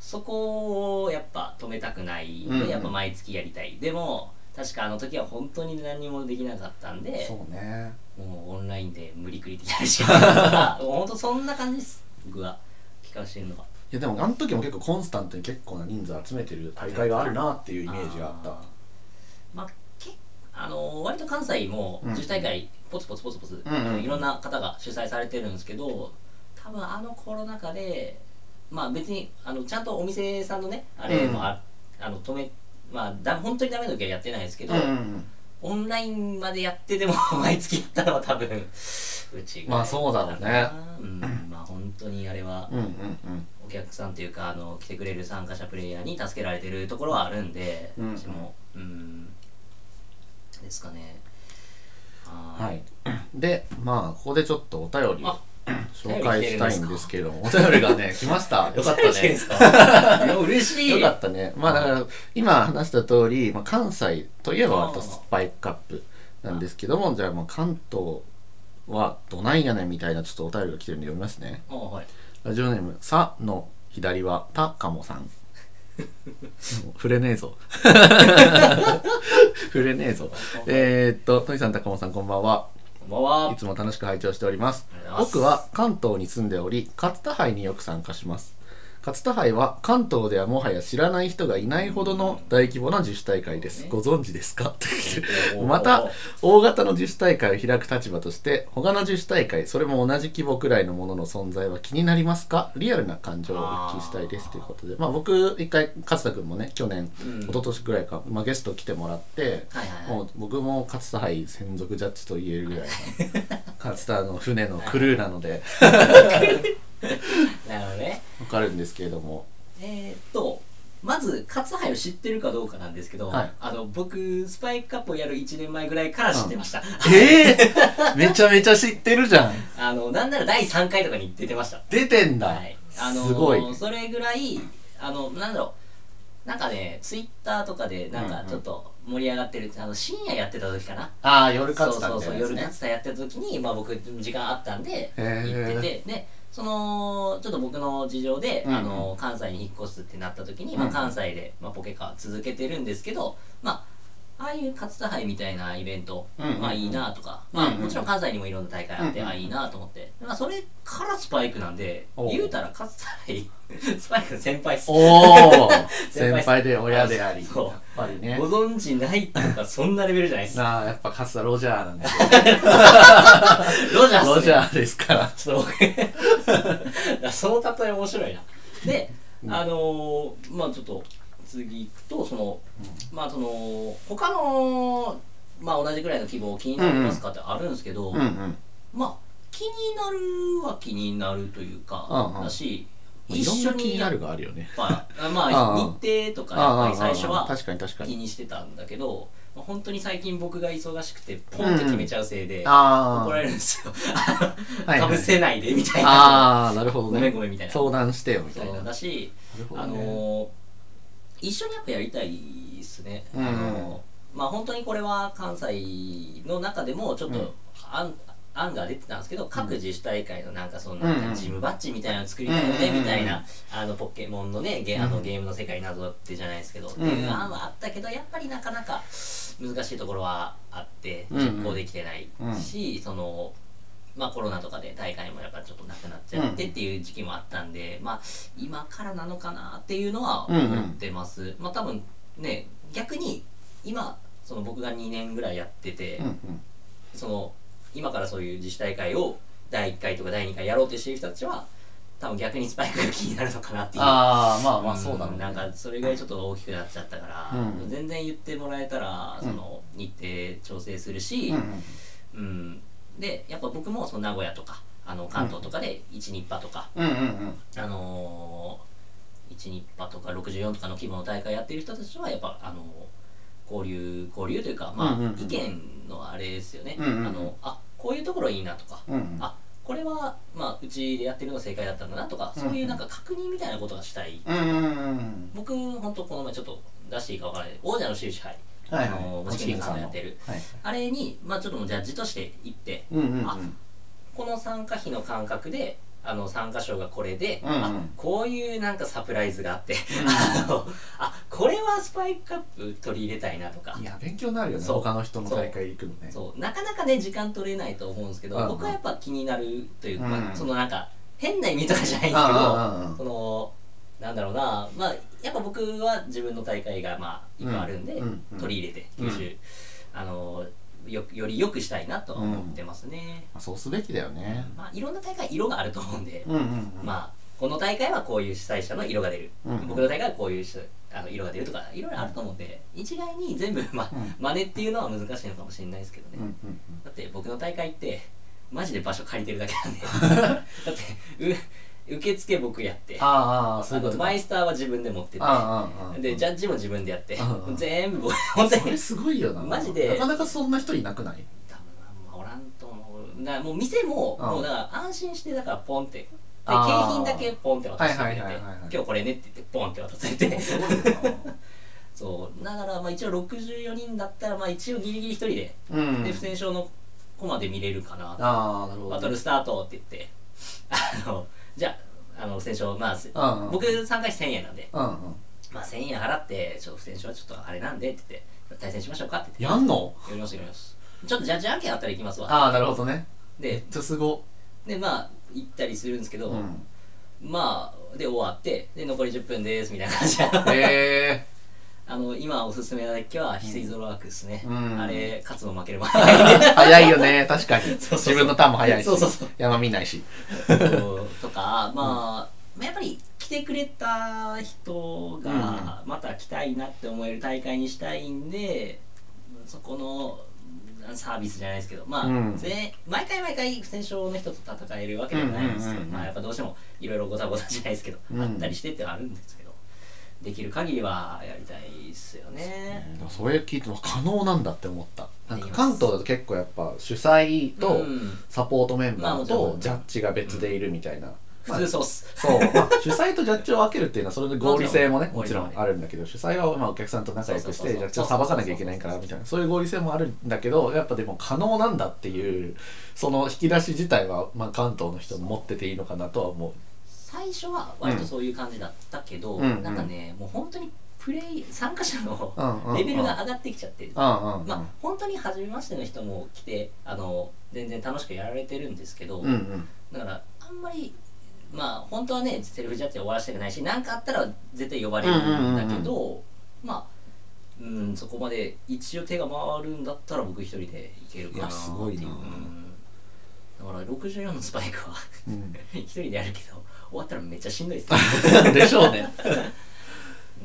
Speaker 4: そこをやっぱ止めたくない
Speaker 5: うんうん
Speaker 4: でやっぱ毎月やりたいでも確かあの時は本当に何もできなかったんで
Speaker 5: そうね
Speaker 4: もうオンラインで無理くりでやるしかない
Speaker 5: [laughs]
Speaker 4: からもう本当そんな感じです僕は期間してるのは。
Speaker 5: いやでもあの時も結構コンスタントに結構な人数集めてる大会があるなっていうイメージがあった
Speaker 4: あまあ、けあのー割と関西も
Speaker 5: うん
Speaker 4: 自主大会ポツポツポツポツ、
Speaker 5: うんうん
Speaker 4: あのいろんな方が主催されてるんですけど多分あのコロナ禍でまあ別にあのちゃんとお店さんのねあれもあ,、あの止めまあだ本当にダメな時はやってないですけど、
Speaker 5: うん
Speaker 4: オンラインまでやってでも [laughs] 毎月やったのは多分うちぐらい
Speaker 5: まあそうだろうね
Speaker 4: うんまあ本当にあれは
Speaker 5: うんうんうん
Speaker 4: お客さんというかあの来てくれる参加者プレイヤーに助けられてるところはあるんで、
Speaker 5: うん
Speaker 4: 私もうんですかねはー
Speaker 5: はいでまあここでちょっとお便りを
Speaker 4: あ
Speaker 5: 紹介したいんですけれどもお便りが [laughs] ね来ましたよかった
Speaker 4: お便り来てるん
Speaker 5: ね
Speaker 4: ですか
Speaker 5: [laughs]
Speaker 4: いや嬉しい
Speaker 5: よかったねまあだから今話した通り、まあ、関西といえば
Speaker 4: あー
Speaker 5: 割とスパイクカップなんですけどもじゃあもう関東はどないやねんみたいなちょっとお便りが来てるんで読みますね
Speaker 4: あはい
Speaker 5: ラジオネーム「さ」の左は「たかもさん」もう触れねえぞ触れねえぞえー、っとトイさんたかもさんこんばんは
Speaker 4: こんばんはい
Speaker 5: つも楽しく拝聴しております
Speaker 4: ありがとうござ
Speaker 5: 僕
Speaker 4: います
Speaker 5: は関東に住んでおり勝田杯によく参加します勝田杯は関東ではもはや知らない人がいないほどの大規模な自主大会です、
Speaker 4: ね
Speaker 5: ご存知で
Speaker 4: [laughs]
Speaker 5: すか
Speaker 4: おー
Speaker 5: また大型の自主大会を開く立場として他の自主大会それも同じ規模くらいのものの存在は気になりますかリアルな感情をお聞きしたいですということでまあ僕一回勝田君もね去年、
Speaker 4: うん
Speaker 5: 一昨年くらいか、まあ、ゲスト来てもらって、
Speaker 4: はいはいはい
Speaker 5: もう僕も勝田杯専属ジャッジと言えるぐら
Speaker 4: [laughs]
Speaker 5: いの勝田の船のクルーなので
Speaker 4: なるほどね
Speaker 5: わかるんですけれども
Speaker 4: えー、っとまず勝敗を知ってるかどうかなんですけど、
Speaker 5: はい
Speaker 4: あの僕スパイクカップをやる1年前ぐらいから知ってました、
Speaker 5: ええめちゃめちゃ知ってるじゃん
Speaker 4: あのなんなら第3回とかに出てました
Speaker 5: 出てんだ、
Speaker 4: はい、あのー
Speaker 5: すごい
Speaker 4: それぐらいあのなんだろうなんかねツイッターとかでなん
Speaker 5: うん
Speaker 4: か
Speaker 5: うん
Speaker 4: ちょっと盛り上がってる、あの深夜やってた時かな
Speaker 5: ああ夜勝田
Speaker 4: そう
Speaker 5: み
Speaker 4: そうそ
Speaker 5: た
Speaker 4: う
Speaker 5: いな
Speaker 4: 夜
Speaker 5: や
Speaker 4: 活動やってた時に、まあ、僕時間あったんで
Speaker 5: へー
Speaker 4: 行っててでそのちょっと僕の事情で、
Speaker 5: うんうん
Speaker 4: あの関西に引っ越すってなった時に、
Speaker 5: う
Speaker 4: ま
Speaker 5: んう
Speaker 4: あ、
Speaker 5: ん
Speaker 4: 関西で、まあ、ポケカ続けてるんですけどまあああいう勝田杯みたいなイベント、
Speaker 5: うんうんうん
Speaker 4: まあいいなとか、
Speaker 5: うんうん
Speaker 4: まあ、もちろん関西にもいろんな大会あって、
Speaker 5: うんうん
Speaker 4: ああいいなと思って、まあ、それからスパイクなんで
Speaker 5: おう
Speaker 4: 言うたら勝田杯スパイクの先輩っす
Speaker 5: おお
Speaker 4: [laughs] 先輩
Speaker 5: 先輩で親でありや
Speaker 4: そう
Speaker 5: っぱりね
Speaker 4: ご存知ないっていうかそんなレベルじゃないっす
Speaker 5: なあやっぱ勝田ロジャーなんですよ
Speaker 4: ロジャーっすね
Speaker 5: ロジャーですから
Speaker 4: ちょっと僕 [laughs] その例え面白いな。で、あのーまあちょっと次行くとその、まあその他のまあ同じぐらいの希望気になりますかってあるんですけど、
Speaker 5: うんうん
Speaker 4: まあ気になるは気になるというか、
Speaker 5: うんうん
Speaker 4: だし、
Speaker 5: い
Speaker 4: 一
Speaker 5: ろん
Speaker 4: 緒
Speaker 5: な気に
Speaker 4: に
Speaker 5: な
Speaker 4: やっ
Speaker 5: るがあるよね
Speaker 4: ぱ
Speaker 5: [laughs]
Speaker 4: ま
Speaker 5: う
Speaker 4: あ
Speaker 5: んうん
Speaker 4: 日程とかやっぱり最初
Speaker 5: ああああああ
Speaker 4: は
Speaker 5: 確かに確か
Speaker 4: 気
Speaker 5: に
Speaker 4: にしてたんだけど、まあ本当に最近僕が忙しくてポンって決めちゃうせいで。
Speaker 5: ああ
Speaker 4: 怒られるんですよ。
Speaker 5: はい
Speaker 4: かぶせないでみたいな。
Speaker 5: ああなるほどね
Speaker 4: ごめんごめんみたいな
Speaker 5: 相談してよみたい
Speaker 4: そう
Speaker 5: な
Speaker 4: だし、
Speaker 5: ほど
Speaker 4: あ
Speaker 5: ね
Speaker 4: の一緒にやっぱやりたいですね、
Speaker 5: うん
Speaker 4: あのまあ本当にこれは関西の中でもちょっ
Speaker 5: うん
Speaker 4: と案,、案が出てたんですけど各自治体会のなんかその
Speaker 5: うんうん
Speaker 4: ジムバッジみたいなの作りたいよね、
Speaker 5: うんうんうん
Speaker 4: みたいなあのポケモンのねゲあ
Speaker 5: う
Speaker 4: の
Speaker 5: ん
Speaker 4: ゲームの世界などってじゃないですけど、って
Speaker 5: んうん
Speaker 4: いう案はあったけどやっぱりなかなか難しいところはあって
Speaker 5: うんうん
Speaker 4: 実行できてないし、そのまあ、コロナとかで大会もやっぱちょっとなくなっちゃってっていう時期もあったんで、まあ今からなのかなっていうのは思ってます、まあ多分ね逆に今その僕が2年ぐらいやってて、
Speaker 5: うんうん
Speaker 4: その今からそういう自主大会を第1回とか第2回やろうとしてる人たちは多分逆にスパイクが気になるのかなっていう
Speaker 5: ああまあまあそうだろう、
Speaker 4: ん
Speaker 5: ね、
Speaker 4: なんかそれぐらいちょっと大きくなっちゃったから、
Speaker 5: うん
Speaker 4: 全然言ってもらえたらその日程調整するし、
Speaker 5: うんうん
Speaker 4: うん、でやっぱ僕もその名古屋とかあの関東とかで1日波とか、
Speaker 5: うんうんうん
Speaker 4: あのー、1日波とか64とかの規模の大会やってる人たちはやっぱ、あのー交流交流というか、まあ
Speaker 5: うんうんうん
Speaker 4: 意見のあれですよね、
Speaker 5: うんうんうん
Speaker 4: あのあこういうところいいなとか、
Speaker 5: うんうん
Speaker 4: あこれは、まあ、うちでやってるの正解だったんだなとか、そういうなんか確認みたいなことがしたい
Speaker 5: うんうんうん
Speaker 4: 僕本当この前ちょっと出していいかわからない王者の収支配、
Speaker 5: はい
Speaker 4: あの
Speaker 5: はい
Speaker 4: ーチキンさんがやってる
Speaker 5: はい
Speaker 4: あれに、まあ、ちょっともうジャッジとして行って
Speaker 5: うんうんうん
Speaker 4: あこの参加費の感覚であの参加賞がこれで、
Speaker 5: うんうん
Speaker 4: あこういうなんかサプライズがあって、あのあこれはスパイクカップ取り入れたいなとか
Speaker 5: いや勉強になるよね
Speaker 4: そう
Speaker 5: 他の人の大会行くのね
Speaker 4: そうなかなかね時間取れないと思うんですけど、
Speaker 5: うんうん
Speaker 4: 僕はやっぱ気になるというか、
Speaker 5: うんうん
Speaker 4: そのなんか変な意味とかじゃないんですけど、
Speaker 5: ああああああ
Speaker 4: そのなんだろうなまあやっぱ僕は自分の大会がまあいっぱいあるんで、
Speaker 5: うんうんうん
Speaker 4: 取り入れて
Speaker 5: うん
Speaker 4: 90、あのよより良くしたいなとは思ってますね、
Speaker 5: まあそうすべきだよね
Speaker 4: まあいろんな大会色があると思うんで、
Speaker 5: うんうんうん
Speaker 4: まあこの大会はこういう主催者の色が出る、
Speaker 5: うん
Speaker 4: 僕の大会はこういうしあの色が出るとかいろいろあると思うんで一概に全部、ま
Speaker 5: うん
Speaker 4: 真似っていうのは難しいのかもしれないですけどね、
Speaker 5: うんうん
Speaker 4: だって僕の大会ってマジで場所借りてるだけ
Speaker 5: [laughs]
Speaker 4: なんでだってう受付僕やって
Speaker 5: ああああそういうこ
Speaker 4: あの
Speaker 5: と
Speaker 4: マイスターは自分で持ってて
Speaker 5: ああああああ
Speaker 4: でジャッジも自分でやって
Speaker 5: うんうん
Speaker 4: 全部僕本当に
Speaker 5: それすごいよな
Speaker 4: マジで
Speaker 5: なかなかそんな人いなくない
Speaker 4: 多分あんまおらんと思うなもう店も
Speaker 5: うん
Speaker 4: もうだから安心してだからポンってで景
Speaker 5: あー
Speaker 4: 品だけポンって渡してくれて
Speaker 5: はいはいはいはいはい
Speaker 4: 今日これねって言ってポンって渡され
Speaker 5: [laughs]
Speaker 4: て
Speaker 5: すごいよな
Speaker 4: そうだからまあ一応64人だったらまあ一応ギリギリ一人で、
Speaker 5: うん
Speaker 4: で不戦勝のコマで見れるかな
Speaker 5: ああなるほど
Speaker 4: バトルスタートって言って [laughs] あのじゃああの不戦勝まあせ
Speaker 5: うんうん
Speaker 4: 僕参加費1000円なんで、
Speaker 5: うんうん
Speaker 4: まあ、1000円払ってちょっと不戦勝はちょっとあれなんでって言って対戦しましょうかって言って
Speaker 5: やんの
Speaker 4: やりますやりますちょっとジャッジ案件あったら行きますわ
Speaker 5: ああなるほどねめ
Speaker 4: で
Speaker 5: っちゃすご
Speaker 4: でまあ行ったりするんですけど、
Speaker 5: うん
Speaker 4: まあで終わってで残り10分ですみたいな感じで
Speaker 5: へえ
Speaker 4: あの今おすすめなだけは翡翠ゾロワークですね、
Speaker 5: うん
Speaker 4: あれ勝つも負けるも
Speaker 5: 早いよね [laughs] 確かに
Speaker 4: そうそう
Speaker 5: 自分のターンも早いし
Speaker 4: そうそうそう
Speaker 5: 山見ないし
Speaker 4: とかまあ、まあやっぱり来てくれた人がまた来たいなって思える大会にしたいんで、そこのサービスじゃないですけどまあ、
Speaker 5: うん
Speaker 4: ぜ毎回毎回不戦勝の人と戦えるわけではないんですけど、
Speaker 5: うんうんうんうん
Speaker 4: まあ、やっぱどうしてもいろいろごたごたじゃないですけど、
Speaker 5: うん
Speaker 4: あったりしてってはあるんですけどできる限りはやりたいっすよね。
Speaker 5: でもそれ聞いても可能なんだって思ったなんか
Speaker 4: できます
Speaker 5: 関東だと結構やっぱ主催と
Speaker 4: うん
Speaker 5: サポートメン
Speaker 4: まあ
Speaker 5: バー
Speaker 4: もちろ
Speaker 5: と
Speaker 4: ん
Speaker 5: ジャッジが別でいるみたいな、
Speaker 4: 普
Speaker 5: まあ
Speaker 4: 通そうっす。
Speaker 5: そう、まあ、主催とジャッジを分けるっていうのはそれで合理性もねも
Speaker 4: も
Speaker 5: ち
Speaker 4: ち
Speaker 5: ろ
Speaker 4: ろん
Speaker 5: んあるんだけど主催はまあお客さんと仲良くし
Speaker 4: そうそうそう
Speaker 5: て
Speaker 4: そ
Speaker 5: ジ
Speaker 4: う
Speaker 5: ャッジを裁かなきゃいけないからみたいなそういう合理性もあるんだけどやっぱでも可能なんだっていうその引き出し自体はまあ関東の人も持ってていいのかなとは思
Speaker 4: 最初は割とそういう感じだったけど、
Speaker 5: うん
Speaker 4: なんかねもう本当にプレイ参加者
Speaker 5: う、うんうんう
Speaker 4: の
Speaker 5: ん、
Speaker 4: レベルが上がってきちゃってる、
Speaker 5: うんうんうん
Speaker 4: まあ本当に初めましての人も来てあの全然楽しくやられてるんですけど、
Speaker 5: うんうん
Speaker 4: だからあんまりまあ本当はねセルフジャッジで終わらせたくないし何かあったら絶対呼ばれるんだけど、まあうん、そこまで一応手が回るんだったら僕一人でいけるかなって
Speaker 5: いやすごいな
Speaker 4: うんだから64のスパイクは
Speaker 5: う
Speaker 4: [laughs] 一人でやるけど終わったらめっちゃしんどいです
Speaker 5: ん [laughs] でしょうね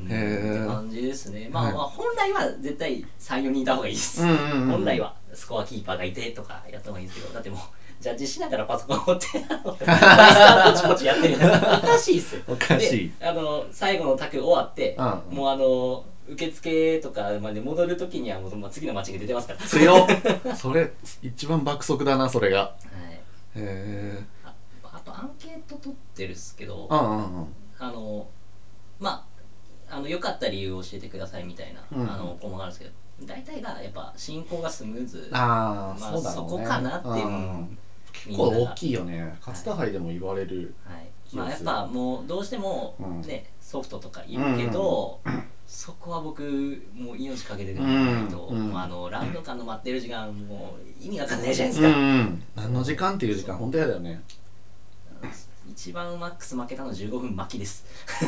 Speaker 4: うん
Speaker 5: へ
Speaker 4: っ
Speaker 5: ー
Speaker 4: て感じですね、まあ
Speaker 5: はい
Speaker 4: まあ本来は絶対34人いた方がいいです、
Speaker 5: うんうんうん
Speaker 4: 本来はスコアキーパーがいてとかやった方がいいんですけどだってもうジャッジしながらパソコン持ってあ
Speaker 5: [laughs]
Speaker 4: のスターポチポチやってるおかしいっすよ
Speaker 5: おかしい
Speaker 4: であの最後の卓終わって、
Speaker 5: うん
Speaker 4: もうあの受付とかまで戻るときにはもう、まあ、次のマッチング出てますから、はい、
Speaker 5: 強っ [laughs] それ一番爆速だなそれがへえ
Speaker 4: ああとアンケート取ってるっすけど
Speaker 5: うんうんうん
Speaker 4: あのまああの良かった理由を教えてくださいみたいな、
Speaker 5: うん
Speaker 4: あの項目があるんですけど大体がやっぱ進行がスムーズ
Speaker 5: ああ、
Speaker 4: まあ
Speaker 5: そうだろうね
Speaker 4: そこかなっていう
Speaker 5: うん
Speaker 4: み
Speaker 5: 結
Speaker 4: ん
Speaker 5: 構
Speaker 4: なが
Speaker 5: 大きいよね勝田杯でも言われる、
Speaker 4: はい
Speaker 5: 気が
Speaker 4: まあ、やっ
Speaker 5: する
Speaker 4: ぱもうどうしても
Speaker 5: うん
Speaker 4: ね、ソフトとかいるけど、そこは僕もう命かけてでもやらないと、
Speaker 5: うん
Speaker 4: もうあのラウンド間の待ってる時間もう意味わかんないじゃないで
Speaker 5: う
Speaker 4: すか、
Speaker 5: ん、何の時間っていう時間本当やだよね
Speaker 4: 一番マックス負けたの15分巻きです
Speaker 5: [laughs]
Speaker 4: ス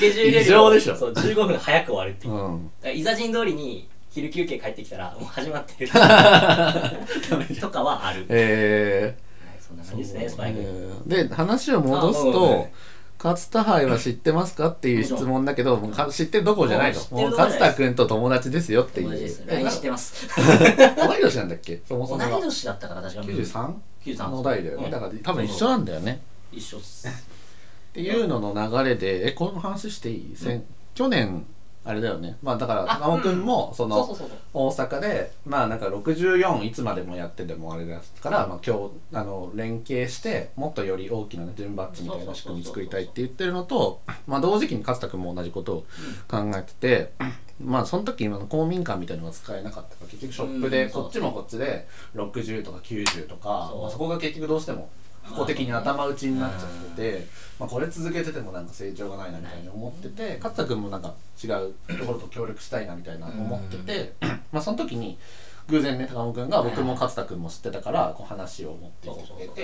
Speaker 4: ケジュールよりも
Speaker 5: 異常でしょ
Speaker 4: そう15分早く終わるっていうう、だか
Speaker 5: ん
Speaker 4: らいざ陣通りに昼休憩帰ってきたらもう始まって
Speaker 5: [laughs]
Speaker 4: るとかはある、はい、
Speaker 5: え
Speaker 4: そんな
Speaker 5: ー、
Speaker 4: 感じですねスパイク、
Speaker 5: えーで話を戻す
Speaker 4: あごめんご
Speaker 5: と
Speaker 4: めん
Speaker 5: 勝田杯は知ってますかっていう質問だけど、もうか知ってるどころじゃないの
Speaker 4: 知っ。て
Speaker 5: も
Speaker 4: る
Speaker 5: う
Speaker 4: どころじ
Speaker 5: 勝
Speaker 4: ゃない
Speaker 5: 田君と友達ですよっていう。
Speaker 4: 同じです。LINE 知ってます。
Speaker 5: 同い年なんだっけそもそ
Speaker 4: 同
Speaker 5: も
Speaker 4: い
Speaker 5: が。
Speaker 4: 年だったから確かに。
Speaker 5: 93
Speaker 4: 93
Speaker 5: の代だよ
Speaker 4: う
Speaker 5: ね。
Speaker 4: ん
Speaker 5: だから多分一緒なんだよね。
Speaker 4: 一緒っす。
Speaker 5: っていうのの流れで、え、この話していい、せん、去年、あれだよね。まあだから、
Speaker 4: あ
Speaker 5: 真央くんも、
Speaker 4: そ
Speaker 5: そ
Speaker 4: うそ
Speaker 5: の
Speaker 4: う、そうそう。
Speaker 5: 大阪で、まあなんか64いつまでもやっててもあれですから、まあ今日、あの、連携して、もっとより大きなね、順バッチみたいな仕組み作りたいって言ってるのと、まあ同時期に勝田くんも同じことを考えてて、まあその時今の公民館みたいなのは使えなかったから、結局ショップ
Speaker 4: う
Speaker 5: で、
Speaker 4: んそう
Speaker 5: こっちもこっちで、60とか90とか、
Speaker 4: そう
Speaker 5: まあそこが結局どうしても、個的に頭打ちになっちゃってて、まあ、これ続けててもなんか成長がないなみたいに思ってて勝田君もなんか違うところと協力したいなみたいな思ってて [clears throat] まあその時に偶然ね高野君が僕も勝田君も知ってたからこう話を持って
Speaker 4: そうそう
Speaker 5: き
Speaker 4: そう
Speaker 5: て
Speaker 4: そう
Speaker 5: くれ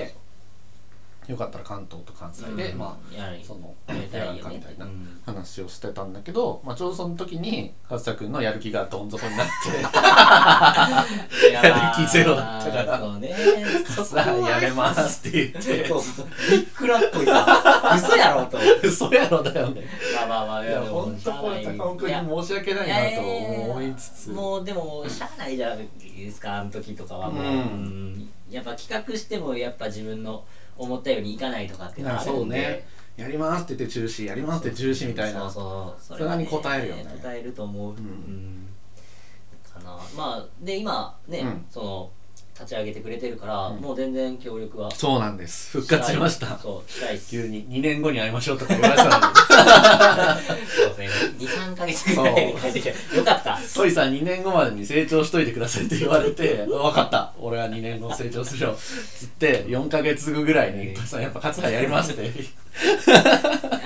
Speaker 5: てよかったら関東と関西で、
Speaker 4: うん
Speaker 5: ま
Speaker 4: やはり
Speaker 5: あその
Speaker 4: やりたいよね
Speaker 5: やらんかみたいな [laughs]
Speaker 4: うん
Speaker 5: 話をしてたんだけど、まあ、ちょうどその時に勝田君のやる気がどん底になって [laughs]
Speaker 4: や
Speaker 5: 力ゼロだったから
Speaker 4: そうね。
Speaker 5: 「さあやめます」って言って
Speaker 4: そうそう。びっくらっこいた。嘘やろと思って。
Speaker 5: 嘘やろだよね
Speaker 4: まあまあまあ、
Speaker 5: いや、本当これ高尾君に申し訳ないなと思いつつ。
Speaker 4: もうでもしゃあないじゃないですかあの時とかはもう、
Speaker 5: うん
Speaker 4: うんやっぱ企画してもやっぱ自分の思ったようにいかないとかっていうのはあるんで
Speaker 5: そうね。やりますって言って中止、やりますって中止みたいな。
Speaker 4: そうそうそ
Speaker 5: それはね答えるよね
Speaker 4: 答えると思う、うん
Speaker 5: ん
Speaker 4: かなまあで今ね、
Speaker 5: うん
Speaker 4: その立ち上げてくれてるから、
Speaker 5: うん
Speaker 4: もう全然協力は
Speaker 5: そうなんです。復活しました。
Speaker 4: そうしたいっす
Speaker 5: 急に2年後に会いましょうとか言われ
Speaker 4: [laughs]
Speaker 5: たのに。
Speaker 4: そうですね23か月ぐらいに帰ってきてよかった
Speaker 5: トイさん2年後までに成長しといてくださいって言われて、わかった。俺は2年後成長するよ。つって、4ヶ月後ぐらいに、トイさんやっぱ勝田やりますって。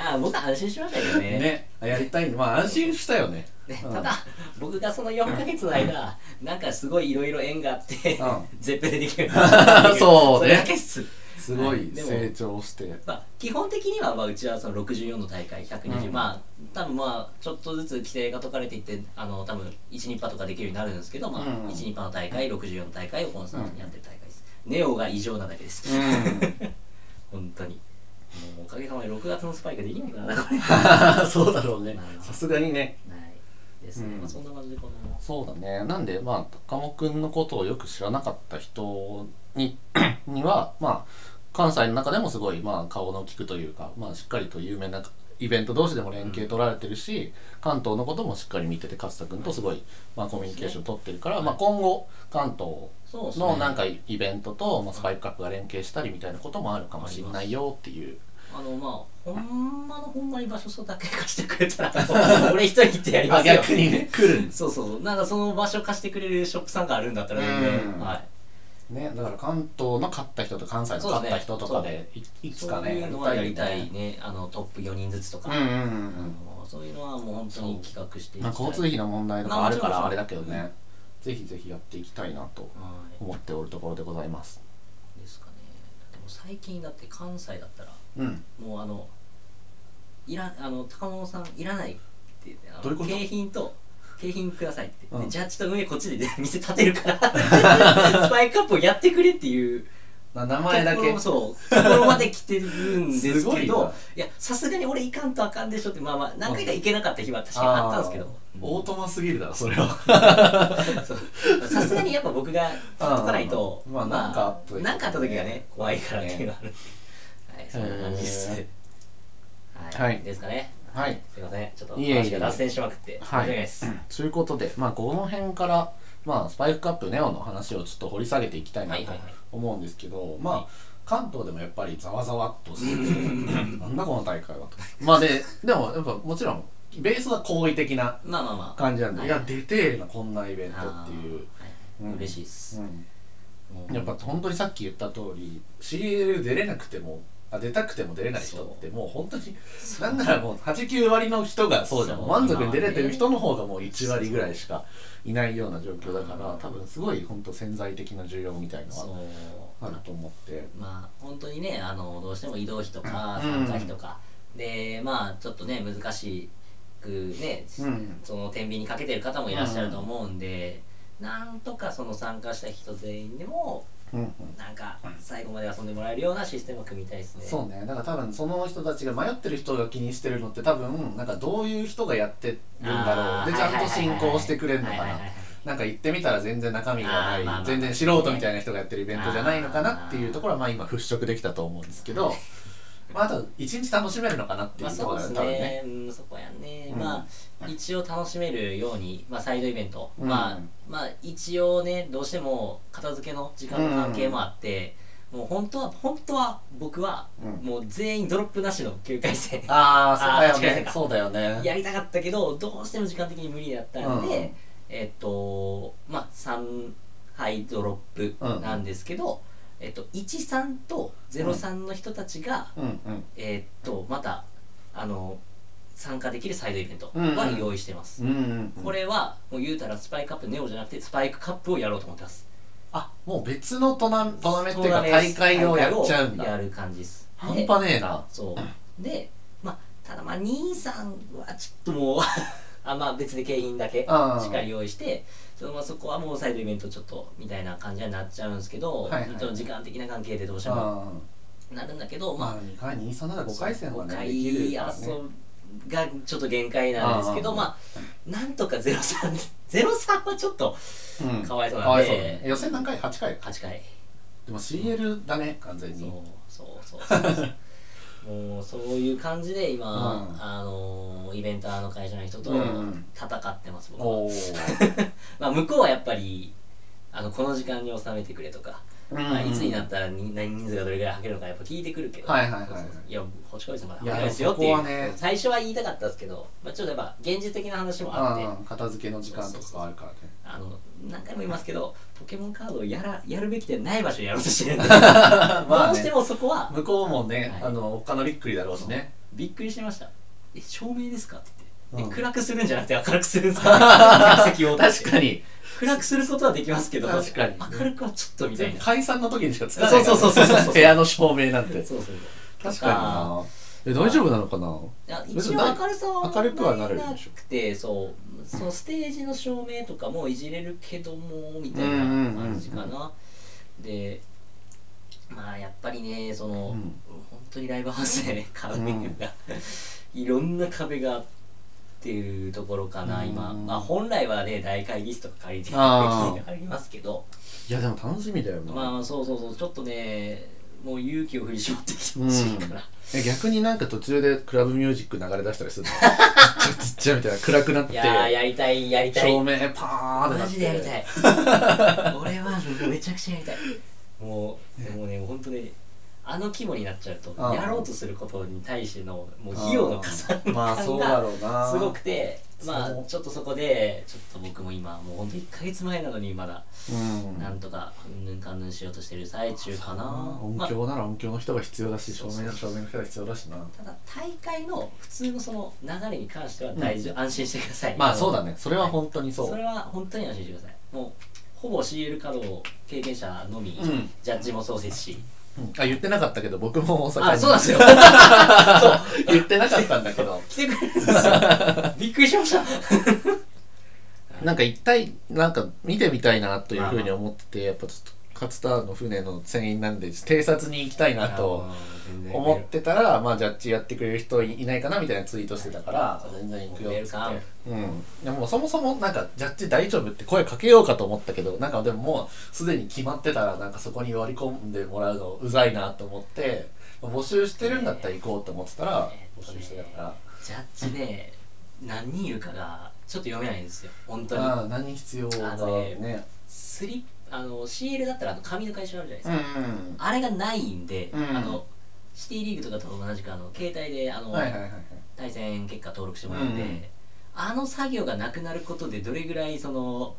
Speaker 4: ああ僕は安心しましたけどね
Speaker 5: ね。やりたいんで、まあ安心したよね。
Speaker 4: ね
Speaker 5: うん
Speaker 4: ただ僕がその4ヶ月の間なんかすごいいろいろ縁があって、
Speaker 5: うん
Speaker 4: 絶対できる
Speaker 5: [laughs] そうね
Speaker 4: れだけっす
Speaker 5: すご
Speaker 4: はい
Speaker 5: い
Speaker 4: でも
Speaker 5: 成
Speaker 4: [laughs]
Speaker 5: 長して。
Speaker 4: まあ、基本的にはまあうちはその64の大会120、
Speaker 5: うん
Speaker 4: まあ多分まあちょっとずつ規制が解かれていってあの多分12波とかできるようになるんですけど、まあ
Speaker 5: うん
Speaker 4: 12波の大会64の大会をコンスタントにやってる大会です、ネオが異常なだけです、 [laughs] 本当にもうおかげさまで6月のスパイクできないからなこれは
Speaker 5: うんそうだろうね。さすがにね。
Speaker 4: いですね、
Speaker 5: うん
Speaker 4: まあ、そんな感じでこの
Speaker 5: そうだねなんでまあ高尾くんのことをよく知らなかった人に [clears throat] にはまあ関西の中でもすごいまあ顔の利くというかまあしっかりと有名なイベント同士でも連携取られてるし、関東のこともしっかり見てて勝田君とすごい、まあ、コミュニケーション取ってるから、まあ、今後関
Speaker 4: そうっ
Speaker 5: 東
Speaker 4: すね
Speaker 5: のなんかイベントと、まあ、スパイクカップが連携したりみたいなこともあるかもしれないよっていう
Speaker 4: あのまあほんまのほんまに場所そうだけ貸してくれたら俺一人行ってやりますよ
Speaker 5: 逆にね来るんです
Speaker 4: そうそうそうなんかその場所貸してくれるショップさんがあるんだったら全然、
Speaker 5: うん
Speaker 4: はい
Speaker 5: ねだから関東の勝った人と関西の勝った人とかでいいつ
Speaker 4: そ
Speaker 5: か
Speaker 4: う
Speaker 5: ね
Speaker 4: いうのはやりた
Speaker 5: よね
Speaker 4: いねあのトップ4人ずつとか、
Speaker 5: うんうんうん
Speaker 4: あのそういうのはもう本当に企画していき
Speaker 5: ま
Speaker 4: た
Speaker 5: あ、
Speaker 4: い
Speaker 5: 交通費の問題とかあるか
Speaker 4: まあ
Speaker 5: ら
Speaker 4: もち
Speaker 5: あ
Speaker 4: ろ
Speaker 5: れだ
Speaker 4: ん
Speaker 5: けどね、ぜひぜひやっていきたいなと
Speaker 4: は
Speaker 5: 思っておるところでございます
Speaker 4: いですかねでも最近だって関西だったら
Speaker 5: うん
Speaker 4: もうあのいらあの高野さんいらないって言ってあの
Speaker 5: どういうこと
Speaker 4: 景品と景品くださいって、で
Speaker 5: うん
Speaker 4: ジャッジと上こっちでで [laughs] 店立てる
Speaker 5: [laughs]
Speaker 4: からスパイクアップをやってくれっていう
Speaker 5: 名前だ
Speaker 4: ところ
Speaker 5: け
Speaker 4: もそうところまで来てるんです
Speaker 5: [laughs] すご
Speaker 4: け
Speaker 5: い
Speaker 4: ど
Speaker 5: ない
Speaker 4: やさすがに俺行かんとあかんでしょってまあまあ何回か行けなかった日は確かにあったんですけど
Speaker 5: オートマすぎるだろそれは
Speaker 4: そうさすがにやっぱ僕が取っとかないと
Speaker 5: うんうんうんまあなんかあった時
Speaker 4: なんかあった時がね怖いからっていうのはあるはいそんな感じです
Speaker 5: へ
Speaker 4: は
Speaker 5: はいい
Speaker 4: ですかね
Speaker 5: はい
Speaker 4: すいませんちょっと
Speaker 5: いえいえいえ
Speaker 4: 話が脱線しまくって申し
Speaker 5: はい
Speaker 4: 訳ないです
Speaker 5: ということでまあこの辺からまあスパイクカップネオの話をちょっと掘り下げていきたいな
Speaker 4: はい
Speaker 5: と
Speaker 4: はいはい
Speaker 5: 思うんですけど、まあ、
Speaker 4: はい
Speaker 5: 関東でもやっぱりざわざわっとしてて [laughs] なんだこの大会はとまあででもやっぱもちろんベースは好意的な
Speaker 4: まあまあまあ
Speaker 5: 感じなんで、
Speaker 4: はい
Speaker 5: い、や出てえなこんなイベント
Speaker 4: あ
Speaker 5: っていう、
Speaker 4: ー
Speaker 5: うん
Speaker 4: 嬉しいです
Speaker 5: うん
Speaker 4: もう
Speaker 5: やっぱ本当にさっき言った通り CL 出れなくてもあ出たくても出れない人ってもう本当になんならもう89割の人がそうじゃん
Speaker 4: そう
Speaker 5: 満足に出れてる人の方がもう1割ぐらいしかいないような状況だから多分すごい本当潜在的な需要みたいの
Speaker 4: そう
Speaker 5: はあると思って
Speaker 4: まあ本当にねあのどうしても移動費とか
Speaker 5: う
Speaker 4: 参
Speaker 5: ん
Speaker 4: 加費とかでまあちょっとね難しくね
Speaker 5: うん
Speaker 4: その天秤にかけてる方もいらっしゃると思うんで、なんとかその参加した人全員でも
Speaker 5: うんうん
Speaker 4: なんか最後まで遊んでもらえるようなシステムを組みたいですね
Speaker 5: そうねだから多分その人たちが迷ってる人が気にしてるのって多分なんかどういう人がやってるんだろ
Speaker 4: あ
Speaker 5: う
Speaker 4: ー
Speaker 5: でちゃんと進行してくれるのか
Speaker 4: はいはいはい
Speaker 5: な
Speaker 4: はい
Speaker 5: なんか行ってみたら全然中身が
Speaker 4: あーまあまあま
Speaker 5: な
Speaker 4: あ
Speaker 5: い全然素人みたいな人がやってるイベントじゃないのかなっていうところはまあ今払拭できたと思うんですけどまああと一日楽しめるのかなってい
Speaker 4: まあ
Speaker 5: うとこ
Speaker 4: そう
Speaker 5: ろ
Speaker 4: で
Speaker 5: だよ
Speaker 4: す
Speaker 5: ね多分ね
Speaker 4: ね、うん、そこやね、
Speaker 5: うん
Speaker 4: まあ一応楽しめるように、まあ、サイドイベント、
Speaker 5: うん
Speaker 4: まあまあ一応ねどうしても片付けの時間の関係もあって、もう本当は本当は僕は
Speaker 5: うん
Speaker 4: もう全員ドロップなしの9回戦、
Speaker 5: ああ
Speaker 4: あー
Speaker 5: そうだよ
Speaker 4: 違う
Speaker 5: ね
Speaker 4: 違う
Speaker 5: そうだよね
Speaker 4: やりたかったけどどうしても時間的に無理だったんで、
Speaker 5: うん
Speaker 4: えっとまあ3杯ドロップなんですけど、えっと13と03の人たちが、
Speaker 5: うんうん
Speaker 4: えーっとまたあの参加できるサイドイベント
Speaker 5: うんうん
Speaker 4: は用意してます、
Speaker 5: うんうんうん
Speaker 4: これはもう言うたらスパイクカップネオじゃなくてスパイクカップをやろうと思ってます
Speaker 5: あもう別のトーナトーナメントっていう
Speaker 4: トー
Speaker 5: か
Speaker 4: ナメ
Speaker 5: 大
Speaker 4: ント
Speaker 5: 会をやっちゃう
Speaker 4: 大
Speaker 5: ん
Speaker 4: 会をや
Speaker 5: だ
Speaker 4: る感じです
Speaker 5: 半
Speaker 4: で
Speaker 5: 端ねえな
Speaker 4: そうでまあただまあ兄さんはちょっともう [laughs] あまあ別で景品だけしっ
Speaker 5: あー
Speaker 4: かり用意してそのまあそこはもうサイドイベントちょっとみたいな感じになっちゃうんですけど、
Speaker 5: はいはい
Speaker 4: ちょっと時間的な関係でどうしても
Speaker 5: あー
Speaker 4: なるんだけどまあ
Speaker 5: まあ2回23なら5回戦はね
Speaker 4: 5
Speaker 5: できるから
Speaker 4: 回
Speaker 5: ね
Speaker 4: 遊びがちょっと限界なんですけ
Speaker 5: あ
Speaker 4: ど
Speaker 5: ー
Speaker 4: まあなん [laughs] とか03 03はちょっと
Speaker 5: うん
Speaker 4: かわいそう
Speaker 5: か
Speaker 4: なん
Speaker 5: わ
Speaker 4: で
Speaker 5: いそうだね予選何回 ?8 回
Speaker 4: 8回
Speaker 5: でも CL だね完全
Speaker 4: そう
Speaker 5: に
Speaker 4: そうそうそうもうそういう感じで今、
Speaker 5: うん
Speaker 4: あのーイベンターの会社の人と
Speaker 5: うん
Speaker 4: 戦
Speaker 5: うん
Speaker 4: ってます、僕は
Speaker 5: おお
Speaker 4: まあ向こうはやっぱりあのこの時間に収めてくれとか、 [laughs] まあいつになったらに何人数がどれぐらいはけるのかやっぱ聞いてくるけど、
Speaker 5: はいはいはい
Speaker 4: そうそうそういや星川さんまだ
Speaker 5: いや
Speaker 4: 早いですよってい
Speaker 5: そうこはね
Speaker 4: 最初は言いたかったんですけど、まあ、ちょっとやっぱ現実的な話もあって、
Speaker 5: うん片付けの時間とかがあるからね
Speaker 4: あの何回も言いますけどポケモンカードをやらやるべきでない場所でやろうとしてるんで、
Speaker 5: [laughs] まあ
Speaker 4: ど
Speaker 5: ね
Speaker 4: うしてもそこは
Speaker 5: 向こうもね
Speaker 4: はい
Speaker 5: あの他のびっくりだろうしね
Speaker 4: びっくりしました「え照明ですか?」って言って、
Speaker 5: うん
Speaker 4: え暗くするんじゃなくて明るくするんです
Speaker 5: [laughs]
Speaker 4: か客席を
Speaker 5: 確かに
Speaker 4: 暗くすることはできますけど
Speaker 5: 確かに
Speaker 4: 明るくはちょっとみたいな
Speaker 5: 解散の時にしか使わないからね
Speaker 4: そうそうそうそうそう
Speaker 5: 部屋の照明なんて
Speaker 4: そうそう
Speaker 5: 確かになえ大丈夫なのかない
Speaker 4: や一
Speaker 5: 別に
Speaker 4: 応明るさは
Speaker 5: 明るくはなるでしょ
Speaker 4: くてそうそのステージの照明とかもいじれるけどもみたいな
Speaker 5: うんうんうんうん
Speaker 4: 感じかなでまあやっぱりねその、
Speaker 5: うん
Speaker 4: 本当にライブハウスでね壁が、
Speaker 5: うん
Speaker 4: いろんな壁があっていうところかな、
Speaker 5: うん
Speaker 4: 今、まあ、本来はね大会議室とか借りて
Speaker 5: あー
Speaker 4: できるのありますけど
Speaker 5: いやでも楽しみだよな
Speaker 4: まあそうそうそうちょっとねもう勇気を振り絞ってきて
Speaker 5: う
Speaker 4: ほ
Speaker 5: ん
Speaker 4: しいから、
Speaker 5: え逆になんか途中でクラブミュージック流れ出したりするのちっちゃちっちゃみたいな暗くなっ
Speaker 4: いやー
Speaker 5: て
Speaker 4: やりたいやりたい
Speaker 5: 照明パーンってなって
Speaker 4: マジでやり [laughs] たい俺はめちゃくちゃやりたいもうでもね本当ねあの規模になっちゃうと
Speaker 5: うん
Speaker 4: やろうとすることに対してのもう費用の加算
Speaker 5: あーまあそうだ
Speaker 4: 感
Speaker 5: ろう
Speaker 4: が
Speaker 5: な
Speaker 4: すごくてま
Speaker 5: そ
Speaker 4: あ
Speaker 5: う
Speaker 4: ちょっとそこでちょっと僕も今もう本当1ヶ月前なのにまだ
Speaker 5: うん
Speaker 4: なんとかうんぬんかんぬんしようとしてる最中かな
Speaker 5: 音
Speaker 4: まあ
Speaker 5: 響なら音響の人が必要だし照
Speaker 4: そう
Speaker 5: 明
Speaker 4: そう
Speaker 5: なら照明の人が必要だしな
Speaker 4: ただ大会の普通のその流れに関しては大丈夫安心してください
Speaker 5: まあそうだねそれは本当に
Speaker 4: そ
Speaker 5: そう
Speaker 4: れは本当に安心してくださいもうほぼ CL 稼働経験者のみ、
Speaker 5: うん
Speaker 4: ジャッジもそうですし
Speaker 5: うんあ言ってなかったけど僕も大阪に
Speaker 4: あそうなんですよ
Speaker 5: [laughs] 言ってなかったんだけど
Speaker 4: 来てくれるんですよびっくりしました
Speaker 5: [laughs] なんか一体なんか見てみたいなというふうに思っててやっぱちょっと勝田の船の船員なんで偵察に行きたいなと思ってたらまあジャッジやってくれる人いないかなみたいなツイートしてたから全然行くよ
Speaker 4: ウェ
Speaker 5: っ
Speaker 4: ル
Speaker 5: つっ
Speaker 4: カム
Speaker 5: てうんでもそもそもなんかジャッジ大丈夫って声かけようかと思ったけどなんかでももうすでに決まってたらなんかそこに割り込んでもらうのうざいなと思って募集してるんだったら行こうと思ってたら
Speaker 4: えー
Speaker 5: 募集してたから
Speaker 4: ジャッジね何人いるかがちょっと読めないんですよ本当に
Speaker 5: ああ何必要
Speaker 4: あ
Speaker 5: だ
Speaker 4: の
Speaker 5: ね
Speaker 4: スリップあの CL だったらあの紙の会社あるじゃないです
Speaker 5: う
Speaker 4: か、
Speaker 5: ん
Speaker 4: あれがないんで、
Speaker 5: うん
Speaker 4: あのシティリーグとかと同じくあの携帯であの、
Speaker 5: はいはいはいはい
Speaker 4: 対戦結果登録してもらって、
Speaker 5: うん
Speaker 4: あの作業がなくなることでどれぐらいその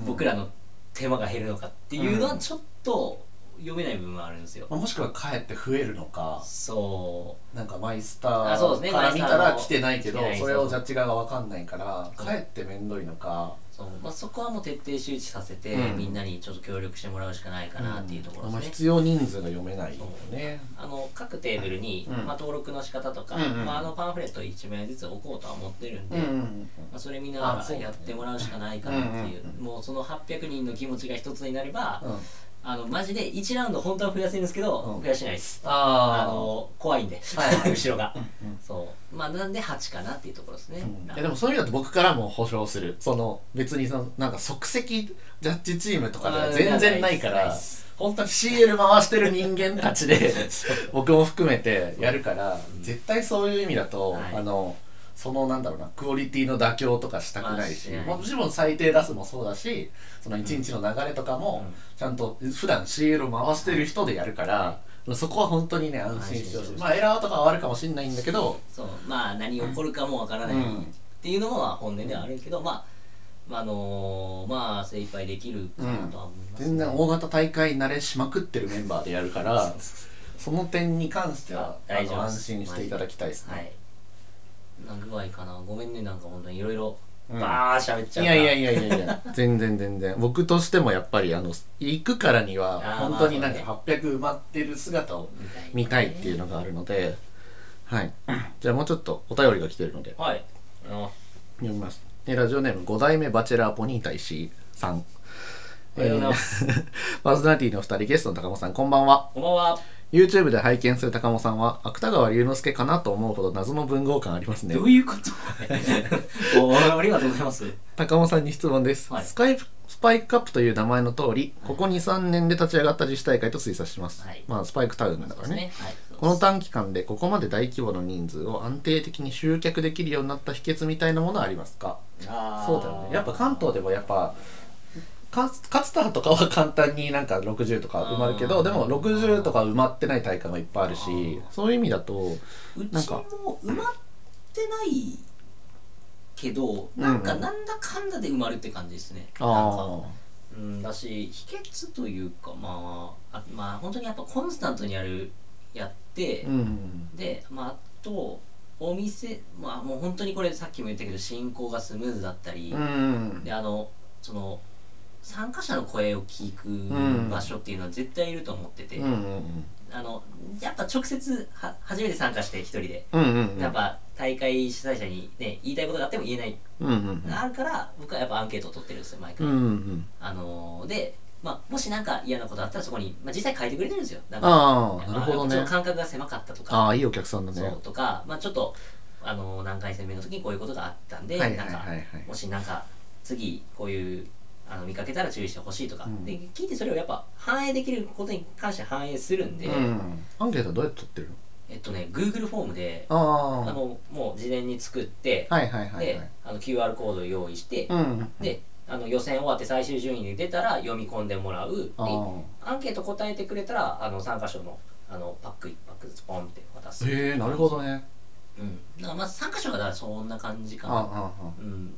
Speaker 5: うん
Speaker 4: 僕らの手間が減るのかっていうの
Speaker 5: う
Speaker 4: は
Speaker 5: ん
Speaker 4: ちょっと読めない部分はあるんですよ、
Speaker 5: まあもしくは帰って増えるのか
Speaker 4: そう
Speaker 5: なんかマイスター
Speaker 4: あそうですね
Speaker 5: から見
Speaker 4: マイ
Speaker 5: た
Speaker 4: スター
Speaker 5: ら
Speaker 4: の
Speaker 5: 来てないけど
Speaker 4: 来てない
Speaker 5: それをジャッジ側が分かんないから
Speaker 4: そう
Speaker 5: 帰ってめんどいのか
Speaker 4: そう、まあ、そこはもう徹底周知させて、
Speaker 5: うん
Speaker 4: みんなにちょっと協力してもらうしかないかなっていうところ
Speaker 5: うんあんま
Speaker 4: ですね、
Speaker 5: 必要人数が読めないよね
Speaker 4: あの各テーブルに、
Speaker 5: うん
Speaker 4: まあ、登録の仕方とか、
Speaker 5: うんうん
Speaker 4: まあ、あのパンフレット1名ずつ置こうとは思ってるんで、
Speaker 5: うんうん
Speaker 4: ま
Speaker 5: うん
Speaker 4: あ、それ見なが
Speaker 5: あそ
Speaker 4: ら
Speaker 5: うだね
Speaker 4: やってもらうしかないかなっていう
Speaker 5: うんうん
Speaker 4: もうその800人の気持ちが一つになれば、
Speaker 5: うん
Speaker 4: あのマジで1ラウンド本当は増やせるんですけど、
Speaker 5: うん
Speaker 4: 増やしないですあ
Speaker 5: あ
Speaker 4: の怖いんで、
Speaker 5: はいはい
Speaker 4: 後ろが、そうまあなんで8かなっていうところですね、
Speaker 5: いやでもそういう意味だと僕からも保証するその別にそのなんか即席ジャッジチームとかでは全然ないか
Speaker 4: あーない
Speaker 5: ら
Speaker 4: です
Speaker 5: 本当に CL 回してる人間たちで
Speaker 4: [laughs]
Speaker 5: 僕も含めてやるから絶対そういう意味だと、
Speaker 4: はい
Speaker 5: あのそのなんだろうなクオリティの妥協とかしたくないし
Speaker 4: まあしない
Speaker 5: もちろん最低出すもそうだしその1日の流れとかも
Speaker 4: うん
Speaker 5: ちゃんと普段 CL を回してる人でやるから、そこは本当にね安心してほしい
Speaker 4: 安心してほしい
Speaker 5: まあエラーとかはあるかもしれないんだけど、
Speaker 4: そうまあ何起こるかもわからない、
Speaker 5: うん
Speaker 4: っていうのもまあ本音ではあるけど、まあまああのーまあ精一杯できるかなとは思います、
Speaker 5: 全然大型大会慣れしまくってるメンバーでやるからその点に関してはあ
Speaker 4: 大丈
Speaker 5: の
Speaker 4: 夫です
Speaker 5: 安心していただきたいです
Speaker 4: は
Speaker 5: ね、
Speaker 4: いな具合かなごめんねなんか本当にいろいろ
Speaker 5: うん
Speaker 4: バー喋っちゃ
Speaker 5: いうやいや
Speaker 4: や
Speaker 5: いやいやいや全然全然僕としてもやっぱりあの行くからには
Speaker 4: あー
Speaker 5: 本当になんか
Speaker 4: ま
Speaker 5: 800埋まってる姿を見
Speaker 4: み
Speaker 5: た
Speaker 4: た
Speaker 5: い
Speaker 4: い
Speaker 5: っていうのがあるのではいじゃあもうちょっとお便りが来てるので
Speaker 4: はいあの
Speaker 5: 読みますえラジオネーム5代目バチェラーポニータ石井さん
Speaker 4: おはようございます、
Speaker 5: えー [laughs] パーソナリティのお二人ゲストの高本さんこんばんは
Speaker 4: こんばんは
Speaker 5: YouTube で拝見する高本さんは芥川龍之介かなと思うほど謎の文豪感ありますね
Speaker 4: どういうこと [laughs] おありがとうございます
Speaker 5: 高本さんに質問です、
Speaker 4: はい
Speaker 5: スカイプスパイクカップという名前の通りここ23年で立ち上がった自治大会と推察します、
Speaker 4: はい
Speaker 5: まあスパイクタウンだからね
Speaker 4: はい
Speaker 5: この短期間でここまで大規模な人数を安定的に集客できるようになった秘訣みたいなものはありますか
Speaker 4: あー
Speaker 5: そうだよねやっぱ関東でもやっぱか勝ツターとかは簡単になんか60とか埋まるけ
Speaker 4: あ
Speaker 5: ど
Speaker 4: ー
Speaker 5: でも60とか埋まってない大会もいっぱいあるしそういう意味だと
Speaker 4: うち
Speaker 5: なんか
Speaker 4: も埋まってないけどなんか
Speaker 5: うん
Speaker 4: なんだかんだで埋まるって感じですね、なん
Speaker 5: あ
Speaker 4: か、
Speaker 5: あ
Speaker 4: うん、だし秘訣というかまああまあ本当にやっぱコンスタントにやるやって、
Speaker 5: うん
Speaker 4: でまああとお店まあもう本当にこれさっきも言ったけど進行がスムーズだったり、
Speaker 5: うん
Speaker 4: であのその参加者の声を聞
Speaker 5: ん
Speaker 4: く場所っていうのは絶対いると思ってて、
Speaker 5: うんうん
Speaker 4: あのやっぱ直接は初めて参加して一人で
Speaker 5: うんうんうん
Speaker 4: やっぱ大会主催者にね言いたいことがあっても言えない、
Speaker 5: うんうん
Speaker 4: あるから僕はやっぱアンケートを取ってるんですよ毎
Speaker 5: う
Speaker 4: 回、
Speaker 5: んうん
Speaker 4: あのーで、まあ、もしなんか嫌なことあったらそこに、まあ、実際書いてくれてるんですよだから
Speaker 5: ああなるほど
Speaker 4: ちょ
Speaker 5: ね
Speaker 4: っと感覚が狭かったとか
Speaker 5: ああいいお客さんだね
Speaker 4: そうとか、まあ、ちょっと、あのー何回戦目の時にこういうことがあったんで、
Speaker 5: はいはい
Speaker 4: なんか
Speaker 5: はいはい
Speaker 4: もしなんか次こういうあの見かけたら注意してほしいとか、
Speaker 5: うん
Speaker 4: で聞いてそれをやっぱ反映できることに関して反映するんで、
Speaker 5: うんアンケートどうやって取ってるの
Speaker 4: えっとね Google フォームであ
Speaker 5: あ
Speaker 4: のもう事前に作って、
Speaker 5: あはいはいはいは
Speaker 4: で
Speaker 5: い
Speaker 4: あの QR コードを用意して、
Speaker 5: うん
Speaker 4: であの予選終わって最終順位に出たら読み込んでもらうで
Speaker 5: あー
Speaker 4: アンケート答えてくれたらあの参加賞のあのパック1パックずつポンって渡す、
Speaker 5: へえなるほどね
Speaker 4: うん、だからまあ参加賞がだからそんな感じか
Speaker 5: あああ
Speaker 4: な
Speaker 5: ああ
Speaker 4: うん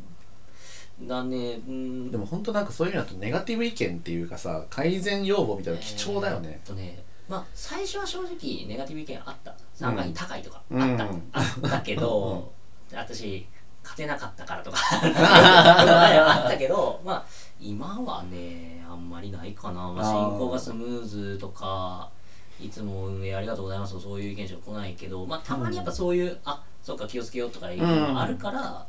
Speaker 4: だねうん
Speaker 5: でも本当なんかそういうのだとネガティブ意見っていうかさ改善要望みたいなの貴重だよね
Speaker 4: えー、っとねまあ最初は正直ネガティブ意見あった参加費高いとか、
Speaker 5: うん
Speaker 4: あった、
Speaker 5: うん
Speaker 4: あったけど、私勝てなかった
Speaker 5: [laughs]
Speaker 4: からとかあったけどまあ今はねあんまりないかな、まあ、
Speaker 5: あー
Speaker 4: 進行がスムーズとかいつも運営ありがとうございますとそういう意見しか来ないけど、まあ、たまにやっぱそういう、あそっか気をつけようとかいうのがあるから、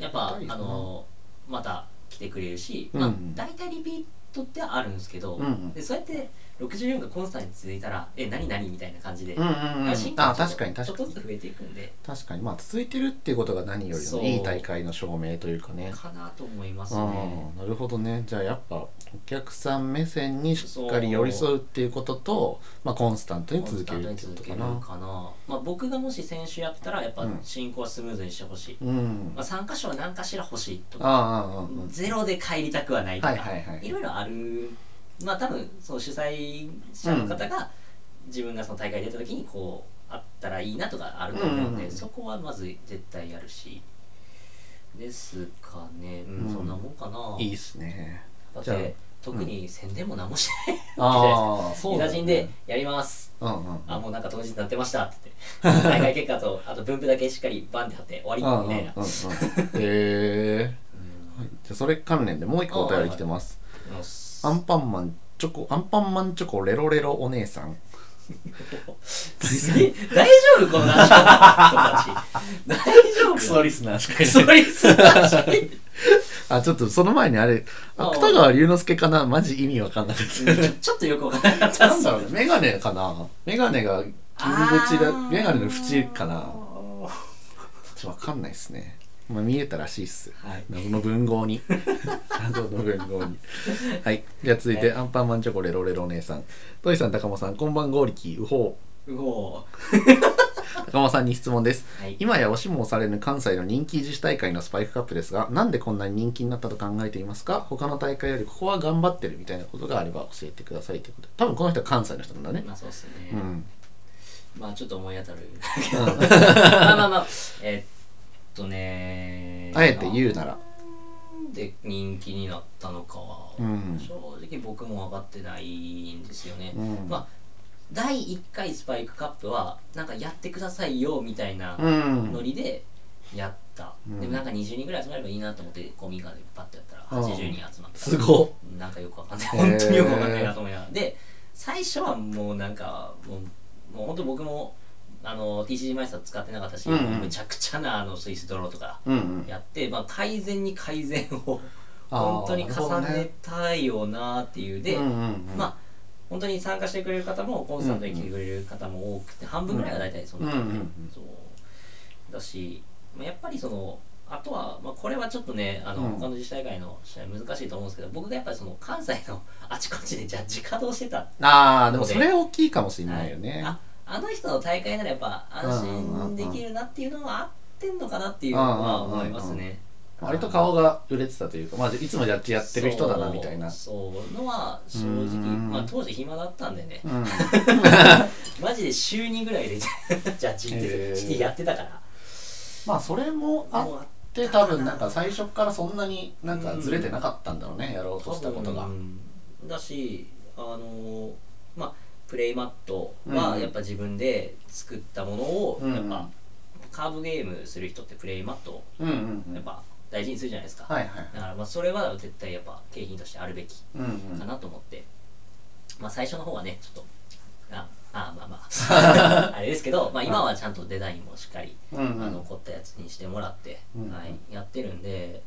Speaker 4: やっぱ
Speaker 5: やっぱり
Speaker 4: あのまた来てくれるし、
Speaker 5: うん
Speaker 4: まあ、大体リピートってあるんですけど、
Speaker 5: うんうん
Speaker 4: でそうやって64がコンスタントに続いたら「え何何?」みたいな感じで、
Speaker 5: うんうんうん
Speaker 4: 進化
Speaker 5: あ
Speaker 4: がちょっと
Speaker 5: 確かに確
Speaker 4: ち
Speaker 5: か
Speaker 4: ょっとず
Speaker 5: に
Speaker 4: つ増えていくんで
Speaker 5: 確かにまあ続いてるっていうことが何より
Speaker 4: そ
Speaker 5: の
Speaker 4: う
Speaker 5: いい大会の証明というかね
Speaker 4: かなと思います
Speaker 5: あ
Speaker 4: ね。
Speaker 5: あなるほどねじゃあやっぱお客さん目線にしっかり寄り添うっていうことと、まあ、コンスタントに
Speaker 4: コン
Speaker 5: 続
Speaker 4: スタ
Speaker 5: け
Speaker 4: ン
Speaker 5: る
Speaker 4: ト
Speaker 5: っ
Speaker 4: に
Speaker 5: てこ
Speaker 4: 続
Speaker 5: と
Speaker 4: け
Speaker 5: か
Speaker 4: る
Speaker 5: な
Speaker 4: かな、まあ、僕がもし選手やってたらやっぱ
Speaker 5: うん
Speaker 4: 進行はスムーズにしてほしい、
Speaker 5: うん
Speaker 4: まあ、参加賞は何かしら欲しいと
Speaker 5: あ
Speaker 4: か
Speaker 5: あああああ
Speaker 4: ゼロで帰りたくはないとか、
Speaker 5: はいはいはい
Speaker 4: ろいろあるまあ多分その主催者の方が自分がその大会に出た時にこうあったらいいなとかあると思うんで、
Speaker 5: うんうん
Speaker 4: そこはまず絶対やるしですかねうん、
Speaker 5: うん
Speaker 4: そんなもんかない
Speaker 5: いっすね
Speaker 4: だっ
Speaker 5: じゃあ
Speaker 4: て特に宣伝も何もしない、
Speaker 5: ああ
Speaker 4: う
Speaker 5: そう
Speaker 4: イ
Speaker 5: だ
Speaker 4: ラ
Speaker 5: よね
Speaker 4: ジンでやります
Speaker 5: うんうん
Speaker 4: あもうなんか当日なってました
Speaker 5: [laughs]
Speaker 4: って言って大会結果とあと分布だけしっかりバンって貼って終わりみたいな、
Speaker 5: うんうんうんうんへえはいじゃあそれ関連でもう一個お便り来てます
Speaker 4: うん
Speaker 5: アンパンマンチョコアンパンマンチョコレロレロお姉さん
Speaker 4: すげえ大丈夫このラジオの人たち大丈夫
Speaker 5: リスナーしか
Speaker 4: クソリスだし
Speaker 5: あちょっとその前にあれ
Speaker 4: あ
Speaker 5: 芥川龍之介かなマジ意味わかんなくて
Speaker 4: ちょっとよくわからなかったっ
Speaker 5: なん
Speaker 4: す
Speaker 5: だろうねメガネかなメガネが金縁
Speaker 4: あ
Speaker 5: だ
Speaker 4: ー
Speaker 5: メガネの縁かなちょっとわかんないですねまあ見えたらしいっす
Speaker 4: はい
Speaker 5: 謎の文
Speaker 4: [laughs]
Speaker 5: 豪に謎の文豪にはいじゃあ続いてアンパンマンチョコレロレロ姉さんトイさん高間さんこんばんゴーリキウホー
Speaker 4: うお
Speaker 5: 高間さんに質問です
Speaker 4: ーはい
Speaker 5: 今や押しも押されぬ関西の人気自治大会のスパイクカップですがなんでこんなに人気になったと考えていますか他の大会よりここは頑張ってるみたいなことがあれば教えてくださいってことで多分この人は関西の人なんだね
Speaker 4: まあそうっすね、
Speaker 5: うん
Speaker 4: まあちょっと思い当たるまあまあまあえっとね
Speaker 5: あえて言うなら
Speaker 4: なんで人気になったのかは、
Speaker 5: うん
Speaker 4: 正直僕も分かってないんですよね、
Speaker 5: うん
Speaker 4: まあ第1回スパイクカップはなんかやってくださいよみたいな
Speaker 5: うん
Speaker 4: ノリでやった、
Speaker 5: うん
Speaker 4: でもなんか20人ぐらい集まればいいなと思ってゴミがでパッとやった
Speaker 5: う
Speaker 4: ら
Speaker 5: ん
Speaker 4: 80人集まった
Speaker 5: すごっ
Speaker 4: なんかよくわかんない
Speaker 5: へー
Speaker 4: 本当によくわかんないなと思いながらで最初はもうなんかもうもう本当僕もあの TCG マイスター使ってなかったし、
Speaker 5: うんうん
Speaker 4: むちゃくちゃなあのスイスドローとか
Speaker 5: うんうん
Speaker 4: やって、まあ、改善に改善を
Speaker 5: あー
Speaker 4: 本当に重ねたいよなっていうで、
Speaker 5: うんうんうん
Speaker 4: まあ本当に参加してくれる方もコンスタントに来てくれる方も多くて、半分ぐらいは大体そんな感じで、
Speaker 5: うんうんうん
Speaker 4: そうだし、まあ、やっぱりそのあとは、まあ、これはちょっとねあの、
Speaker 5: うん
Speaker 4: 他の自治体外の試合難しいと思うんですけど僕がやっぱりその関西の [laughs] あちこちでじゃあ自稼働してた
Speaker 5: ああでもそれ大きいかもしれないよ
Speaker 4: はい
Speaker 5: ね、
Speaker 4: ああの人の大会ならやっぱ安心できるなっていうのは合ってんのかなっていうのは思いますね。
Speaker 5: 割と顔が売れてたというか、まあ、いつもジャッジやってる人だなみたいな
Speaker 4: そうそうのは正
Speaker 5: う
Speaker 4: 直
Speaker 5: ん
Speaker 4: まあ当時暇だったんでね
Speaker 5: うん
Speaker 4: マジで週2ぐらいで [laughs] ジャッジ
Speaker 5: へー
Speaker 4: してやってたから
Speaker 5: まあそれもあって多分なんか最初からそんなになんかずれてなかったんだろうねやろうとしたことが
Speaker 4: うんだしあのーまあプレイマットは
Speaker 5: うん
Speaker 4: やっぱ自分で作ったものを
Speaker 5: うん
Speaker 4: やっぱカーブゲームする人ってプレイマットを
Speaker 5: うんうんうん
Speaker 4: やっぱ大事にするじゃないですか
Speaker 5: はいはい
Speaker 4: だからまあそれは絶対やっぱ景品としてあるべき
Speaker 5: うんうん
Speaker 4: かなと思って、まあ最初の方はねちょっとああまあま
Speaker 5: [laughs]
Speaker 4: ああれですけど、まあ、今はちゃんとデザインもしっかり、
Speaker 5: うんうん
Speaker 4: あの凝ったやつにしてもらって、
Speaker 5: うん
Speaker 4: はい、やってるんで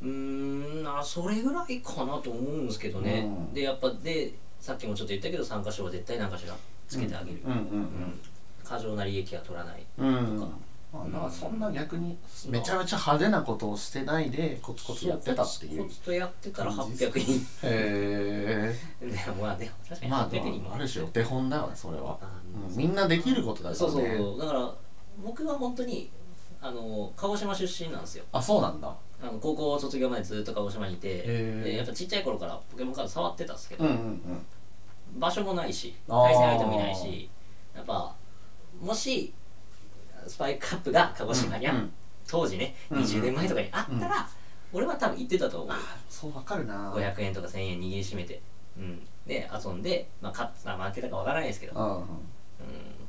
Speaker 4: うーんあそれぐらいかなと思うんですけどね、
Speaker 5: うん
Speaker 4: でやっぱでさっきもちょっと言ったけど参加賞は絶対何かしらつけてあげる、
Speaker 5: うんうん
Speaker 4: うん過剰な利益は取らない
Speaker 5: うんうんまあ、なんかそんな逆にめちゃめちゃ派手なことをしてないでコツコツやってたってい
Speaker 4: コ
Speaker 5: うへ
Speaker 4: ツとやってたら800人
Speaker 5: え
Speaker 4: でも [laughs] まあでも確かに
Speaker 5: まあ
Speaker 4: 800
Speaker 5: で
Speaker 4: 人も
Speaker 5: もある種お手本だよねそれは
Speaker 4: あ、の
Speaker 5: うんみんなできることだからね
Speaker 4: そうそうそうだから僕は本当にあの鹿児島出身なんですよ
Speaker 5: あそうなんだ
Speaker 4: あの高校卒業までずっと鹿児島にいて
Speaker 5: へー
Speaker 4: でやっぱちっちゃい頃からポケモンカード触ってたんですけど、
Speaker 5: うんうんうん
Speaker 4: 場所もないし
Speaker 5: あー
Speaker 4: 対戦相手もいないしやっぱもしスパイクカップが鹿児島にあ、
Speaker 5: うんうん
Speaker 4: 当時ね
Speaker 5: うんうん
Speaker 4: 20年前とかにあったら、俺は多分行ってたと思う
Speaker 5: そうわかるな
Speaker 4: 500円とか1000円握りしめて、うん、で遊んで、まあ、勝った負けたかわからないですけど、
Speaker 5: うんうん
Speaker 4: うん、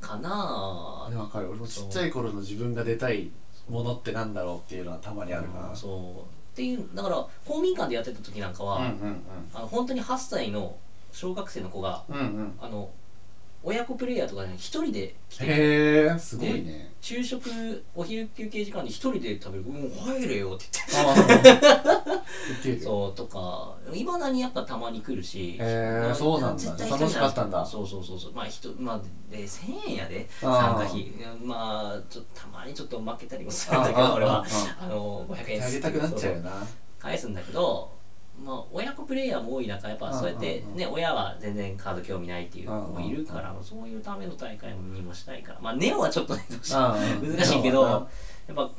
Speaker 4: かなあ
Speaker 5: あでもわかる俺もちっちゃい頃の自分が出たいものってなんだろうっていうのはたまにあるな
Speaker 4: そうっていうだから公民館でやってた時なんかは、あの本当に8歳の小学生の子が
Speaker 5: うんうんうんうん
Speaker 4: あの親子プレイヤーとかで一人で来て
Speaker 5: へえすごいね
Speaker 4: 昼食お昼休憩時間に一人で食べる「もう入れよ」って言っ
Speaker 5: あ
Speaker 4: [laughs]
Speaker 5: ーいけ
Speaker 4: て
Speaker 5: るよ
Speaker 4: そうとかいまだにやっぱたまに来るし
Speaker 5: へーそうなんだ
Speaker 4: 絶対一人
Speaker 5: 楽しかったんだ
Speaker 4: そうそうそうそうまあ人まあで1000円やで参
Speaker 5: あ
Speaker 4: 加
Speaker 5: ー
Speaker 4: 費まあちょっとたまにちょっと負けたりもするんだけど俺はあの500円
Speaker 5: あげたくなっちゃうよな
Speaker 4: 返すんだけど、まあ、親子プレイヤーも多い中やっぱそうやって
Speaker 5: うんうんうん
Speaker 4: ね親は全然カード興味ないっていう子もいるか
Speaker 5: うん
Speaker 4: らそういうための大会にもしたいからまあネオはちょっとねどうしても
Speaker 5: うんうん
Speaker 4: 難しいけ
Speaker 5: うん
Speaker 4: どやっぱっ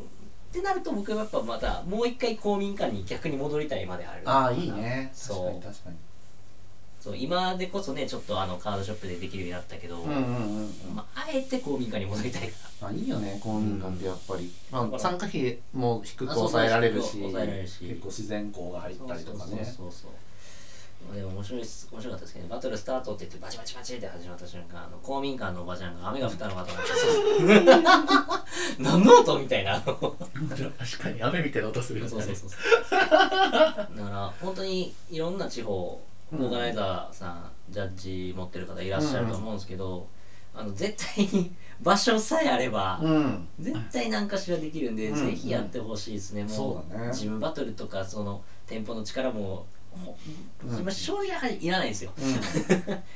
Speaker 4: てなると僕はやっぱまたもう一回公民館に逆に戻りたいまである
Speaker 5: ああいいね確か
Speaker 4: そ
Speaker 5: に
Speaker 4: う
Speaker 5: 確かに
Speaker 4: そう今でこそねちょっとあのカードショップでできるようになったけど、
Speaker 5: うんうんうんうん
Speaker 4: まあ、あえて公民館に戻りたいから。
Speaker 5: あいいよね公民館ってやっぱり、まあ、
Speaker 4: ん
Speaker 5: 参加費も低く抑えられるし
Speaker 4: あそうそう低く抑えられるし
Speaker 5: 結構自然光が入ったりとかね
Speaker 4: そうそうそうそうでも面白いっす面白かったですけど、ね、バトルスタートって言ってバチバチバチって始まった瞬間あの公民館のおばちゃんが雨が降ったのかと思って [laughs] 何の音みたいなそう
Speaker 5: 確かに雨みたいな音するよね
Speaker 4: そうそうそうだから本当にいろんな地方オ
Speaker 5: うん
Speaker 4: ーガナイザーさん、ジャッジ持ってる方いらっしゃると思うんですけど、あの絶対に場所さえあれば、
Speaker 5: うん
Speaker 4: 絶対何かしらできるんで、
Speaker 5: うん
Speaker 4: ぜひやってほしいですね、
Speaker 5: そ
Speaker 4: も
Speaker 5: う
Speaker 4: う
Speaker 5: だね
Speaker 4: ジムバトルとかその店舗の力ももう
Speaker 5: うん
Speaker 4: 今正直やはりいらないんですよ、
Speaker 5: う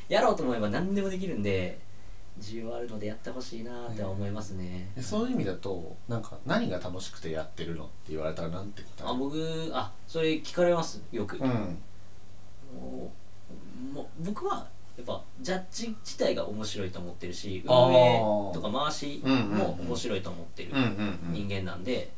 Speaker 4: [laughs] やろうと思えば何でもできるんで需要あるのでやってほしいなーって思いますね、
Speaker 5: でそういう意味だとなんか何が楽しくてやってるのって言われたらなんて
Speaker 4: あ
Speaker 5: 答え
Speaker 4: 僕あそれ聞かれますよく、
Speaker 5: うん
Speaker 4: もうもう僕はやっぱジャッジ自体が面白いと思ってるし
Speaker 5: あー
Speaker 4: 運営とか回しも面白いと思ってる
Speaker 5: うん
Speaker 4: 人間なんで、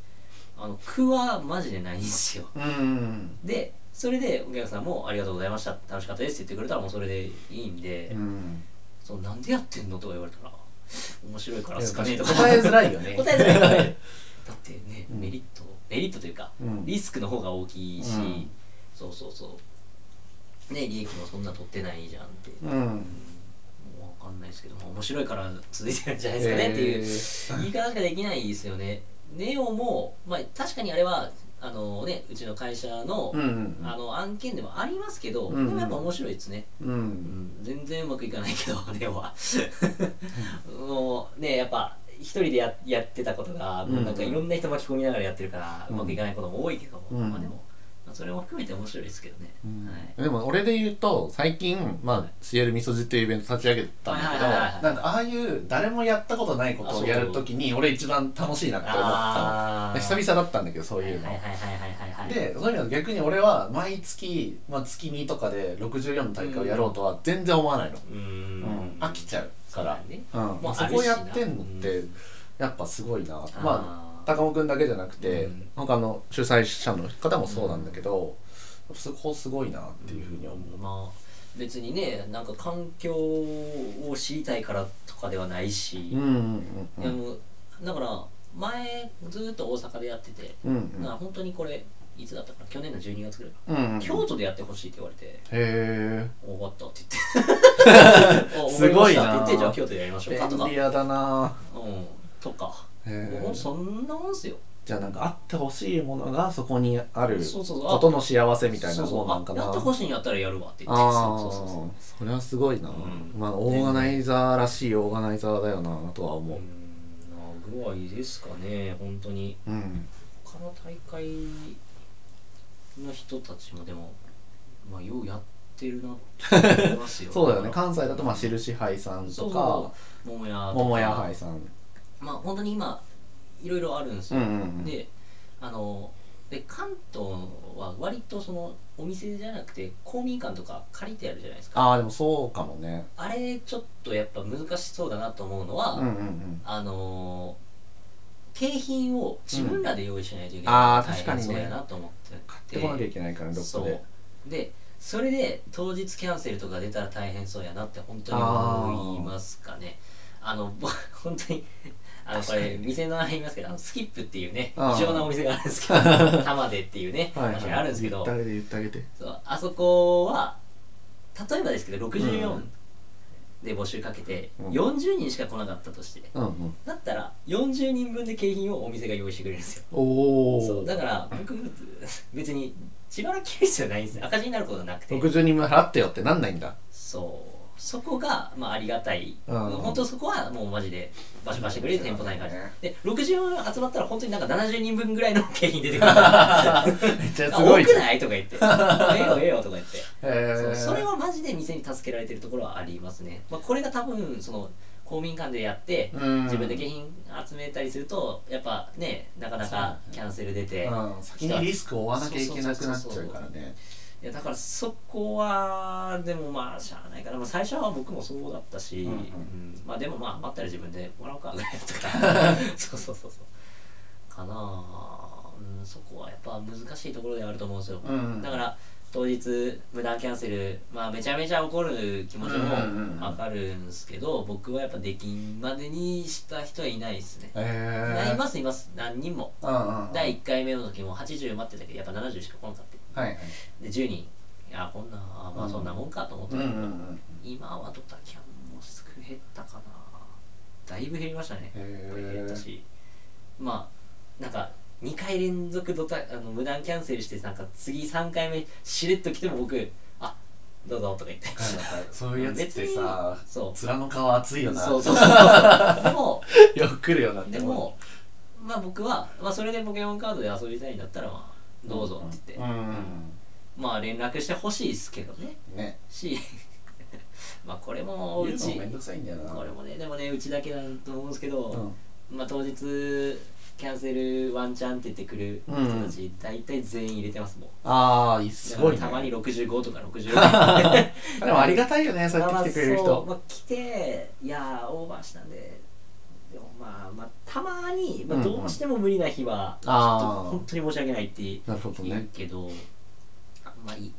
Speaker 4: あの苦はマジでないんですよ
Speaker 5: うんうんうん
Speaker 4: でそれでお客さんも「ありがとうございました楽しかったです」って言ってくれたらもうそれでいいんで「
Speaker 5: うん
Speaker 4: そのなんでやってんの?」とか言われたら「面白いからっすか
Speaker 5: 答
Speaker 4: ね」
Speaker 5: え
Speaker 4: とか
Speaker 5: づらいよね
Speaker 4: 答えづらい答えづら
Speaker 5: [laughs]
Speaker 4: いだってね
Speaker 5: うん
Speaker 4: メリットメリットというか
Speaker 5: うん
Speaker 4: リスクの方が大きいし、
Speaker 5: うん
Speaker 4: そうそうそうね利益もそんな取ってないじゃんって、
Speaker 5: う
Speaker 4: も
Speaker 5: ん
Speaker 4: う分かんないですけど、まあ、面白いから続いてるんじゃないですかねっていう、言い方しかできないですよねネオも、まあ、確かにあれはあのねうちの会社の、
Speaker 5: うんうん
Speaker 4: あの案件でもありますけど、
Speaker 5: うんうん
Speaker 4: でもやっぱ面白いですね、
Speaker 5: う
Speaker 4: うんん、全然うまくいかないけどネオ
Speaker 5: [laughs]
Speaker 4: はもうねやっぱ一人でややってたことが、もうなんか
Speaker 5: うんう
Speaker 4: い
Speaker 5: ん
Speaker 4: ろんな人巻き込みながらやってるから、
Speaker 5: う
Speaker 4: うんまくいかないことも多いけど、
Speaker 5: うん
Speaker 4: まあでも、まあそれも含めて面白いですけどね、はい
Speaker 5: でも俺で言うと最近、まあ、CL みそじっていうイベント立ち上げたんだけど
Speaker 4: はいはいはいはい
Speaker 5: なんかああいう誰もやったことないことをやるときに俺一番楽しいなって思った
Speaker 4: あ
Speaker 5: ので久々だったんだけどそういうの、
Speaker 4: はいはいはいはいはいはい
Speaker 5: でそういうの逆に俺は毎月、まあ、月2とかで64の大会をやろうとは全然思わないの、
Speaker 4: うーん
Speaker 5: うん飽きちゃう
Speaker 4: そ
Speaker 5: か
Speaker 4: うだ
Speaker 5: ら
Speaker 4: よね
Speaker 5: うん
Speaker 4: もう
Speaker 5: そ
Speaker 4: あるしな
Speaker 5: こをやってんのって
Speaker 4: うん
Speaker 5: やっぱすごいな
Speaker 4: ー
Speaker 5: まあ高尾くんだけじゃなくて、
Speaker 4: うん
Speaker 5: 他の主催者の方もそうなんだけど、そこすごいなっていうふうに思う、
Speaker 4: まあ別にねなんか環境を知りたいからとかではないし、
Speaker 5: うんうんうん
Speaker 4: いやもうだから前ずーっと大阪でやってて、
Speaker 5: うんうん
Speaker 4: だから本当にこれいつだったかな去年の12月ぐらいか
Speaker 5: うんうん
Speaker 4: な、京都でやってほしいって言われて
Speaker 5: へ
Speaker 4: 「分かった」って
Speaker 5: [laughs]
Speaker 4: 言ってあ
Speaker 5: すごいな
Speaker 4: 思ましたって言ってじゃあ京都でやりましょう
Speaker 5: え
Speaker 4: かと
Speaker 5: 便
Speaker 4: か、
Speaker 5: 利屋だな
Speaker 4: うん、とか、
Speaker 5: へ
Speaker 4: もう
Speaker 5: ー
Speaker 4: そんなもんっすよ
Speaker 5: じゃあなんかあってほしいものがそこにある
Speaker 4: そうそうそう
Speaker 5: ことの幸せみたいな
Speaker 4: そうそ
Speaker 5: も
Speaker 4: うん
Speaker 5: なんかな
Speaker 4: あやってほしいんやったらやるわって言って
Speaker 5: ああ
Speaker 4: そうそうそうそう
Speaker 5: それはすごいな、
Speaker 4: うん
Speaker 5: まあオーガナイザーらしいオーガナイザーだよなとは思う
Speaker 4: うんな具合ですかね本当に
Speaker 5: うん
Speaker 4: 他の大会の人たちもでも、まあ、ようやってるなって思いますよ
Speaker 5: [laughs] そうだよね
Speaker 4: か
Speaker 5: 関西だとまあ印杯さん
Speaker 4: そ
Speaker 5: と
Speaker 4: う
Speaker 5: か
Speaker 4: そう桃屋とか
Speaker 5: 桃屋杯さん
Speaker 4: まあ本当に今いろいろあるんです
Speaker 5: う
Speaker 4: よ、
Speaker 5: んうんうん
Speaker 4: であので関東は割とそのお店じゃなくて公民館とか借りてやるじゃないですか
Speaker 5: ああでもそうかもね
Speaker 4: あれちょっとやっぱ難しそうだなと思うのは、
Speaker 5: うんうんうん
Speaker 4: あのー景品を自分らで用意しないといけない、
Speaker 5: うんあー
Speaker 4: 大変
Speaker 5: 確かにね
Speaker 4: そうやなと思って
Speaker 5: 買ってこなきゃいけないからどっか
Speaker 4: そ
Speaker 5: で
Speaker 4: うでそれで当日キャンセルとか出たら大変そうやなって本当に思いますかねあの [laughs] ぼ本当にあのこれ店の名前言いますけどあのスキップっていうね
Speaker 5: あー
Speaker 4: 異常なお店があるんですけど
Speaker 5: [laughs]
Speaker 4: 玉でっていうね
Speaker 5: はいはい
Speaker 4: 場所があるんですけ
Speaker 5: 言っ
Speaker 4: ど
Speaker 5: てあげて言ってあげて
Speaker 4: そうあそこは例えばですけど
Speaker 5: う
Speaker 4: 64
Speaker 5: ん
Speaker 4: で募集かけて
Speaker 5: うん
Speaker 4: 40人しか来なかったとして、
Speaker 5: うんうん
Speaker 4: だったら40人分で景品をお店が用意してくれるんですよ
Speaker 5: お
Speaker 4: そう
Speaker 5: お
Speaker 4: だから僕別に自腹切る必要ないんです赤字になることはなくて
Speaker 5: 60人分払ってよってなんないんだ
Speaker 4: そうそこが、まあ、ありがたい、
Speaker 5: うん
Speaker 4: 本当そこはもうマジでバシバシくれる店舗ない感じ、
Speaker 5: うん
Speaker 4: で60人集まったら本当になんか70人分ぐらいの景品出て
Speaker 5: [laughs]
Speaker 4: くるあ
Speaker 5: めっち
Speaker 4: 多く
Speaker 5: じゃん
Speaker 4: ないとか言って [laughs] あええよええよとか言って
Speaker 5: へ
Speaker 4: そう
Speaker 5: ー
Speaker 4: それはマジで店に助けられてるところはありますね、まあ、これが多分その公民館でやって、
Speaker 5: うん
Speaker 4: 自分で景品集めたりするとやっぱねなかなかキャンセル出て、
Speaker 5: うん先にリスクを負わなきゃいけなくなっちゃうからね
Speaker 4: いやだからそこはでもまあしゃあないかな、まあ、最初は僕もそうだったし、
Speaker 5: うんうん
Speaker 4: うんまあでもまあ待ったら自分でもらおうかぐらいとか
Speaker 5: [laughs]
Speaker 4: そうそうそうそうかなあ、うん、そこはやっぱ難しいところではあると思うんですよ、
Speaker 5: うん
Speaker 4: だから当日無断キャンセルまあめちゃめちゃ怒る気持ち
Speaker 5: うんうんうん
Speaker 4: もわかるんですけど、僕はやっぱできんまでにした人はいないですね、
Speaker 5: へえ
Speaker 4: いますいます何人も
Speaker 5: うんうんうん
Speaker 4: 第1回目の時も80待ってたけどやっぱ70しか来なかった
Speaker 5: はいはい
Speaker 4: で10人あこんなんあまあそんなもんかと思って
Speaker 5: うん
Speaker 4: た
Speaker 5: う
Speaker 4: け
Speaker 5: ん
Speaker 4: ど、
Speaker 5: うん
Speaker 4: 今はドタキャンもすぐ減ったかなだいぶ減りましたね
Speaker 5: へ
Speaker 4: やっ
Speaker 5: ー
Speaker 4: ぱり減ったしまあなんか2回連続ドタあの無断キャンセルしてなんか次3回目しれっと来ても僕あどうぞとか言って。
Speaker 5: なんかそういうやつってさ
Speaker 4: 別にそう
Speaker 5: 面の顔熱いよな
Speaker 4: そうそうそう。でも、
Speaker 5: よく来るよな [laughs] っ
Speaker 4: で
Speaker 5: て
Speaker 4: も、まあ僕は、まあそれでポケモンカードで遊びたいんだったら、まあ、どうぞって言
Speaker 5: う
Speaker 4: って、
Speaker 5: ん
Speaker 4: まあ連絡してほしいですけどね。
Speaker 5: ね
Speaker 4: し、 [laughs] まあこれもう
Speaker 5: 言うの
Speaker 4: ち
Speaker 5: も、めんどくさいんだよな
Speaker 4: これもね、でもね、うちだけだと思うんですけ
Speaker 5: う
Speaker 4: ど
Speaker 5: ん、
Speaker 4: まあ当日、キャンセルワンチャンって言ってくる人たち、大体全員入れてますもん。
Speaker 5: ああすごいね
Speaker 4: たまに65とか66
Speaker 5: [laughs] でもありがたいよねそうやって来てくれる
Speaker 4: まあそう
Speaker 5: 人
Speaker 4: まあ、来ていやーオーバーしたんででもまあまあたまに、まあ、
Speaker 5: うんうん
Speaker 4: どうしても無理な日は、ちょっ
Speaker 5: あ
Speaker 4: と
Speaker 5: ー
Speaker 4: 本当に申し訳ないって言
Speaker 5: なるほど
Speaker 4: う
Speaker 5: ね
Speaker 4: けど、まあいい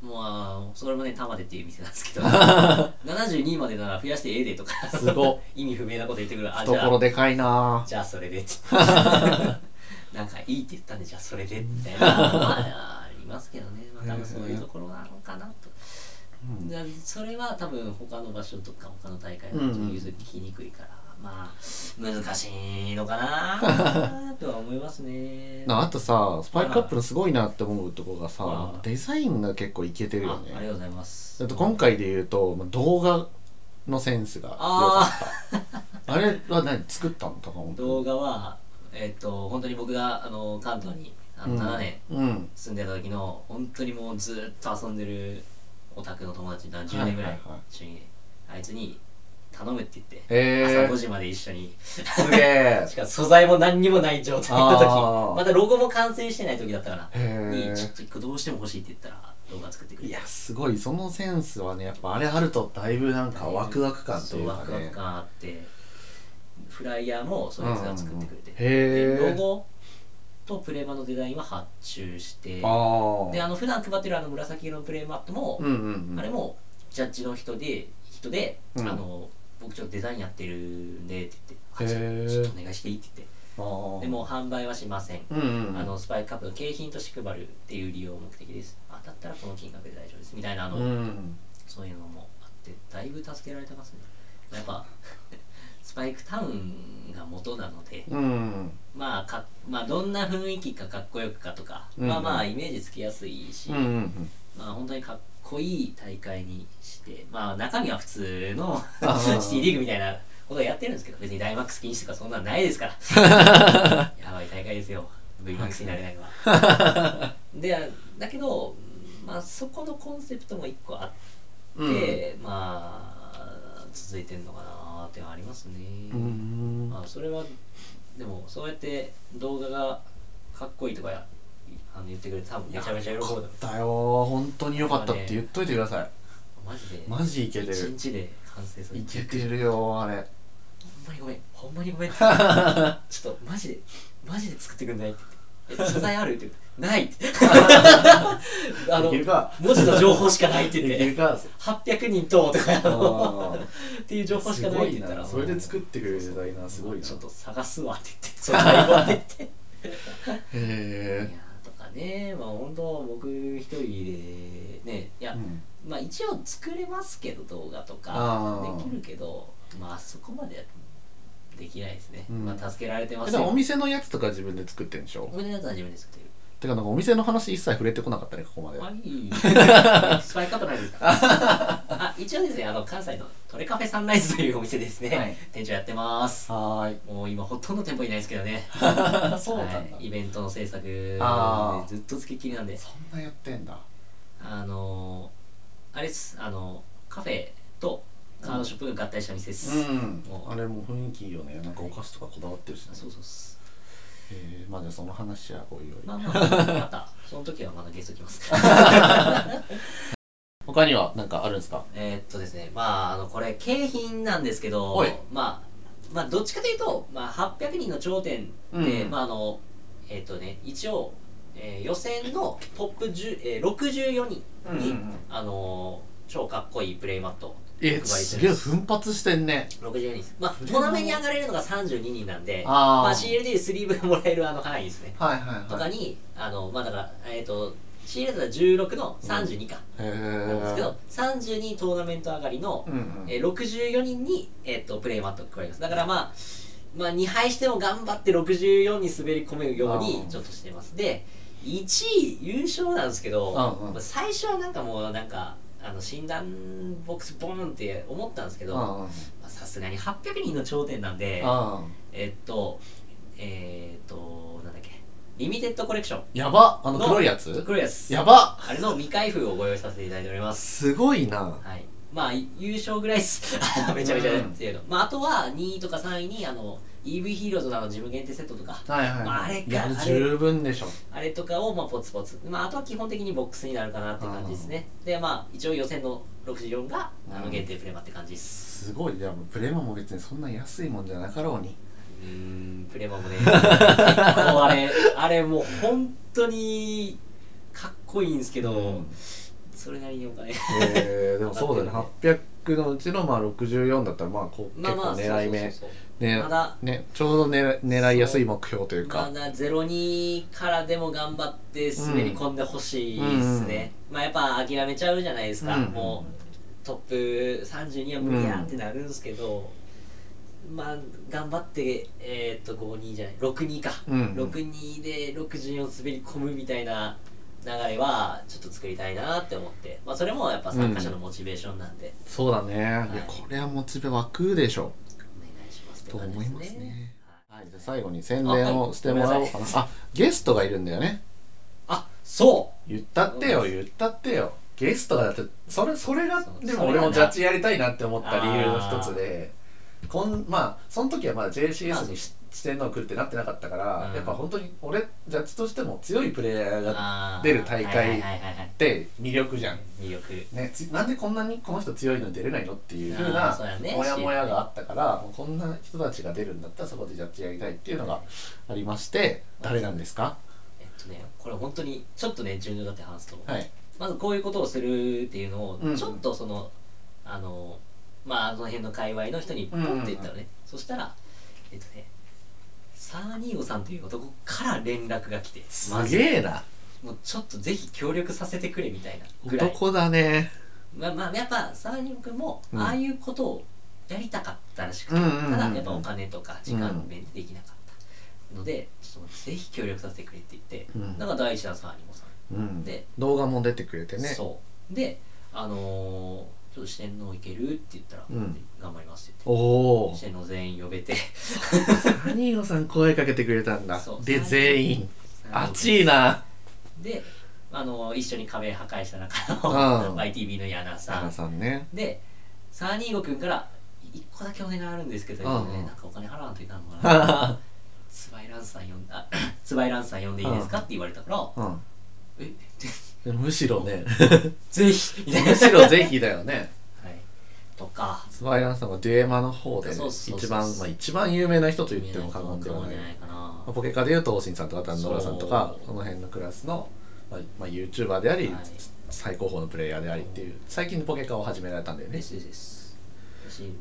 Speaker 4: まあそれもね玉でっていう店なんです
Speaker 5: [laughs]
Speaker 4: けど72までなら増やしてええでとか
Speaker 5: すご
Speaker 4: [laughs] 意味不明なこと言ってくるあじゃ
Speaker 5: 懐
Speaker 4: あ
Speaker 5: でかいな
Speaker 4: じゃあそ
Speaker 5: [laughs]
Speaker 4: れでってなんかいいって言ったんでじゃあそれでみたいなのはありますけどね、まあ、多分そういうところなのかなと、
Speaker 5: うん
Speaker 4: じゃあそれは多分他の場所とか他の大会だと譲り聞きにくいから、まあ難しいのかなとは思います
Speaker 5: [laughs]
Speaker 4: ね
Speaker 5: なあとさスパイクカップのすごいなって思うとこがさ
Speaker 4: うん
Speaker 5: デザインが結構いけてるよ
Speaker 4: あありがと
Speaker 5: ね
Speaker 4: うございます
Speaker 5: だと今回で言うとまあ動画のセンスが良か [laughs] ったあれは何作ったのとか思
Speaker 4: 動画はえっ、と本当に僕があの関東にあの7年
Speaker 5: うん
Speaker 4: 住んでた時の本当にもうずっと遊んでるオタクの友達何10年ぐら
Speaker 5: はいいはいはい
Speaker 4: 一緒にあいつに頼むって言って、
Speaker 5: へ
Speaker 4: 朝5
Speaker 5: ー
Speaker 4: 時まで一緒に
Speaker 5: すげえ
Speaker 4: しかも素材も何にもない状態の時
Speaker 5: あー
Speaker 4: まだロゴも完成してない時だったから
Speaker 5: へ
Speaker 4: にちょ
Speaker 5: ー
Speaker 4: っと一個どうしても欲しいって言ったら動画作ってくれ
Speaker 5: い
Speaker 4: て
Speaker 5: やすごいそのセンスはねやっぱあれあるとだいぶなんかワクワク感という
Speaker 4: そ
Speaker 5: か
Speaker 4: うワクワ
Speaker 5: ね
Speaker 4: ク感あってフライヤーもそいつが作ってくれて、
Speaker 5: うんうんうんへー
Speaker 4: でロゴとプレマのデザインは発注して
Speaker 5: あ
Speaker 4: であの普段配ってるあの紫色のプレマットも、
Speaker 5: うんうんうん
Speaker 4: あれもジャッジの人で人で、
Speaker 5: うん
Speaker 4: あの僕ちょっとデザインやってるんでって言って、
Speaker 5: へー
Speaker 4: あじゃあちょっとお願いしていいって言って
Speaker 5: あー
Speaker 4: でもう販売はしません、
Speaker 5: うんうんうん
Speaker 4: あのスパイクカップの景品として配るっていう利用を目的ですあだったらこの金額で大丈夫ですみたいなあの、
Speaker 5: うん
Speaker 4: そういうのもあってだいぶ助けられてますねやっぱ [laughs] スパイクタウンが元なので、
Speaker 5: うん
Speaker 4: まあかまあどんな雰囲気かかっこよくかとか、
Speaker 5: うん
Speaker 4: まあまあイメージつきやすいし、
Speaker 5: うんうん
Speaker 4: まあ本当にかっこいい大会にしてまあ中身は普通の
Speaker 5: あ
Speaker 4: [laughs]
Speaker 5: ー
Speaker 4: シティリーグみたいなことをやってるんですけど別にダイマックス禁止とかそんなんないですから
Speaker 5: [laughs]
Speaker 4: やばい大会ですよ V マックスになれないのはでだけどまあそこのコンセプトも一個あって、
Speaker 5: うん
Speaker 4: まあ続いてんのかなっていうのはありますね、
Speaker 5: うん
Speaker 4: まあそれはでもそうやって動画がかっこいいとかやあの言ってくれて多分めちゃめちゃ喜ぶと思う
Speaker 5: だよ本当に良かったって言っといてくださ
Speaker 4: マジで
Speaker 5: いマジいけて
Speaker 4: 一
Speaker 5: る
Speaker 4: 日で完成する
Speaker 5: いけてるよあれ
Speaker 4: ほんまにごめんほんまにごめんちょ
Speaker 5: [laughs]
Speaker 4: っとマジでマジで作ってくんないって言ってえ素材あるって言ってない
Speaker 5: [laughs]
Speaker 4: ってあの
Speaker 5: いけるか
Speaker 4: 文字の情報しかないって言っ
Speaker 5: いける
Speaker 4: て
Speaker 5: か
Speaker 4: 800人ととかあの [laughs]
Speaker 5: あ
Speaker 4: っ
Speaker 5: ー
Speaker 4: ていう情報しかないって言ったら
Speaker 5: すごいなそれで作ってくれるデザイナーすごいな
Speaker 4: ちょっと探すわって言って素材をって言ってい
Speaker 5: へ
Speaker 4: やーとかねまあ本当僕一人でねいや、
Speaker 5: えうん
Speaker 4: まあ一応作れますけど動画と
Speaker 5: あ
Speaker 4: か
Speaker 5: ー
Speaker 4: できるけどまああそこまでできないですね、
Speaker 5: うん
Speaker 4: まあ助けられてま
Speaker 5: え
Speaker 4: す
Speaker 5: でもお
Speaker 4: よ
Speaker 5: 店のやつとか自分で作ってんでしょ
Speaker 4: お店のやつは自分で作ってる
Speaker 5: てかなんかお店の話一切触れてこなかったねここまで
Speaker 4: あい
Speaker 5: [laughs]
Speaker 4: いスパイカップないですかあ一応ですねあの関西のトレカフェサンライズというお店ですね、
Speaker 5: はい
Speaker 4: 店長やってます
Speaker 5: はーい
Speaker 4: もう今ほとんど店舗いないですけどね
Speaker 5: そうなんだ
Speaker 4: はいイベントの制作
Speaker 5: あー
Speaker 4: ずっとつきっきりなんで
Speaker 5: そんなやってんだ
Speaker 4: あのー、あれですあのカフェとカードショップが合体した店です、
Speaker 5: うん
Speaker 4: もう
Speaker 5: あれもう雰囲気いいよねなんかお菓子とかこだわってるしね
Speaker 4: そうそうっす
Speaker 5: えーまあじゃあその話はおいおい
Speaker 4: まあまあ [laughs] またその時はまたゲスト来ます
Speaker 5: [laughs] 他には何かあるんですか
Speaker 4: えーっとですねまああのこれ景品なんですけど
Speaker 5: おい
Speaker 4: まあまあどっちかというと、まあ、800人の頂点で、
Speaker 5: うん
Speaker 4: まああのえーっとね一応、えー予選のトップ10、えー、64人に、
Speaker 5: うんうんうん
Speaker 4: あのー超かっこいいプレイマットを配
Speaker 5: え
Speaker 4: りす
Speaker 5: す
Speaker 4: る
Speaker 5: げえ奮発してんね
Speaker 4: 62人まあトーナメントに上がれるのが32人なんで
Speaker 5: あー
Speaker 4: まあ、CLD スリーブがもらえるあの範囲ですね、
Speaker 5: はいはい
Speaker 4: と
Speaker 5: は
Speaker 4: か
Speaker 5: い
Speaker 4: にあのまあだからえっ、と CLD だ16の32か、
Speaker 5: へ
Speaker 4: なんですけ
Speaker 5: え
Speaker 4: ど32トーナメント上がりの、
Speaker 5: うんうん
Speaker 4: えー64人に、えー、とプレイマット加えますだからまあまあ2敗しても頑張って64に滑り込めるよう
Speaker 5: う
Speaker 4: に
Speaker 5: ん
Speaker 4: ちょっとしてますで1位優勝なんですけど、
Speaker 5: うんうん
Speaker 4: まあ最初はなんかもうなんかあの診断ボックスボーンって思ったんですけどま
Speaker 5: あ
Speaker 4: あさすがに800人の頂点なんで
Speaker 5: あ
Speaker 4: えっとえーっとなんだっけリミテッドコレクション
Speaker 5: やばあの
Speaker 4: の
Speaker 5: 黒いやつ
Speaker 4: 黒いやつ
Speaker 5: やば
Speaker 4: あれの未開封をご用意させていただいております
Speaker 5: すごいな
Speaker 4: はい、まあ優勝ぐらいですめちゃめちゃっていうの、まあ、あとは2位とか3位にあの EV ヒーローとかのジム限定セットとか
Speaker 5: はいはい
Speaker 4: まああ
Speaker 5: は
Speaker 4: れ
Speaker 5: い
Speaker 4: か
Speaker 5: いや
Speaker 4: あれ
Speaker 5: 十分でしょ
Speaker 4: あれとかをまあポツポツ、まあ、あとは基本的にボックスになるかなっていう感じですねでまあ一応予選の64があ
Speaker 5: う
Speaker 4: の
Speaker 5: ん
Speaker 4: 限定プレマって感じです
Speaker 5: すごいじゃあもうプレモも別にそんな安いもんじゃなかろうに
Speaker 4: うーんプレマもね結構あ [laughs] れあれもう本当にかっこいいんですけど、それなりにお金
Speaker 5: えーでもそうだね800のうちのまあ64だったらまあこう
Speaker 4: ま
Speaker 5: 結
Speaker 4: あまあ
Speaker 5: 構狙い目
Speaker 4: そうそうそう
Speaker 5: ね
Speaker 4: まだ
Speaker 5: ねちょうど狙い狙いやすい目標という
Speaker 4: ま
Speaker 5: か
Speaker 4: だ02からでも頑張って滑り込んでほしいですね、まあやっぱ諦めちゃうじゃないですか、
Speaker 5: うん
Speaker 4: もうトップ32は無理やってなるんですけど、まあ頑張ってえーっと52じゃない62か、
Speaker 5: うんうん
Speaker 4: 62で64滑り込むみたいな流れはちょっと作りたいなって思って、まあ、それもやっぱ参加者のモチベーションなんで、
Speaker 5: そうだねい
Speaker 4: い
Speaker 5: やこれはモチベ湧くでしょ
Speaker 4: お願いしますって
Speaker 5: と
Speaker 4: 感じ
Speaker 5: 思
Speaker 4: で
Speaker 5: い
Speaker 4: す
Speaker 5: ます
Speaker 4: ね
Speaker 5: ねはいじゃあ最後に宣伝をしてもらおうか
Speaker 4: あは
Speaker 5: ないあゲストがいるんだよね
Speaker 4: あそう
Speaker 5: 言ったってよ言ったってよゲストがだってそれそれが
Speaker 4: そう
Speaker 5: で
Speaker 4: それがな
Speaker 5: も俺もジャッジやりたいなって思った理由の一つでこんまあその時はまだ JCS にし四天王来るってなってなかったから、
Speaker 4: うん
Speaker 5: やっぱ本当に俺ジャッジとしても強いプレイヤーが
Speaker 4: あー
Speaker 5: 出る大会
Speaker 4: はいはいはいはいはい
Speaker 5: って魅力じゃん、
Speaker 4: 魅力
Speaker 5: ね、つなんでこんなにこの人強いのに出れないのっていうふう
Speaker 4: あー
Speaker 5: な
Speaker 4: そうやね
Speaker 5: モヤモヤがあったから、もうこんな人たちが出るんだったらそこでジャッジやりたいっていうのがありまして誰なんですか
Speaker 4: えっとねこれ本当にちょっとね順序だって話すと、
Speaker 5: はい
Speaker 4: まずこういうことをするっていうのを
Speaker 5: うん
Speaker 4: ちょっとその、あのまああの辺の界隈の人にポンって言ったのね、そしたらえっとねサーニーゴさんという男から連絡が来て
Speaker 5: す
Speaker 4: マジで
Speaker 5: げえな
Speaker 4: もうちょっとぜひ協力させてくれみたいなぐらい
Speaker 5: 男だね
Speaker 4: まあまあやっぱサーニーゴ君も
Speaker 5: うん
Speaker 4: ああいうことをやりたかったらしくて、
Speaker 5: うんうんうんうん
Speaker 4: ただやっぱお金とか時間の面でできなかったので、ちょっとぜひ協力させてくれって言って、
Speaker 5: うん
Speaker 4: だから第一弾サーニーゴさん
Speaker 5: うん
Speaker 4: で
Speaker 5: 動画も出てくれてね
Speaker 4: そうであのー「ちょっと四天王いける?」って言ったら「
Speaker 5: うん
Speaker 4: 頑張ります」って言って
Speaker 5: おお
Speaker 4: 四天王全員呼べて
Speaker 5: サニーゴさん声かけてくれたんだ
Speaker 4: そう
Speaker 5: で
Speaker 4: サニー
Speaker 5: 全員 [laughs] 熱いな
Speaker 4: で、あのー一緒に壁破壊した中
Speaker 5: う
Speaker 4: の
Speaker 5: ん
Speaker 4: YTV の矢名さ
Speaker 5: サナ
Speaker 4: ん
Speaker 5: さんね
Speaker 4: [laughs] で325君から「1個だけお願いあるんですけど、
Speaker 5: うん
Speaker 4: ねなんかお金払わんといかんのかな」
Speaker 5: う
Speaker 4: つばいらんさん呼んだ [laughs] 「つばいらんさん呼んでいいですか?」って言われたから
Speaker 5: ん
Speaker 4: 「え
Speaker 5: むしろ
Speaker 4: [laughs]
Speaker 5: ね
Speaker 4: ぜひ」みたいな [laughs]
Speaker 5: むしろぜひだよね
Speaker 4: はいとか
Speaker 5: スワイランさんはデュエマの方で
Speaker 4: そうそうそう
Speaker 5: 一番まあ一番有名な人と言っても過言では
Speaker 4: 見
Speaker 5: な
Speaker 4: え
Speaker 5: い
Speaker 4: ないかな
Speaker 5: ポケカでいうとオーシンさんとか丹野浦さんとか
Speaker 4: そう
Speaker 5: その辺のクラスのまあまあ YouTuber であり
Speaker 4: はい
Speaker 5: 最高峰のプレイヤーでありっていう最近ポケカを始められたんだよね
Speaker 4: ですですです私
Speaker 5: うん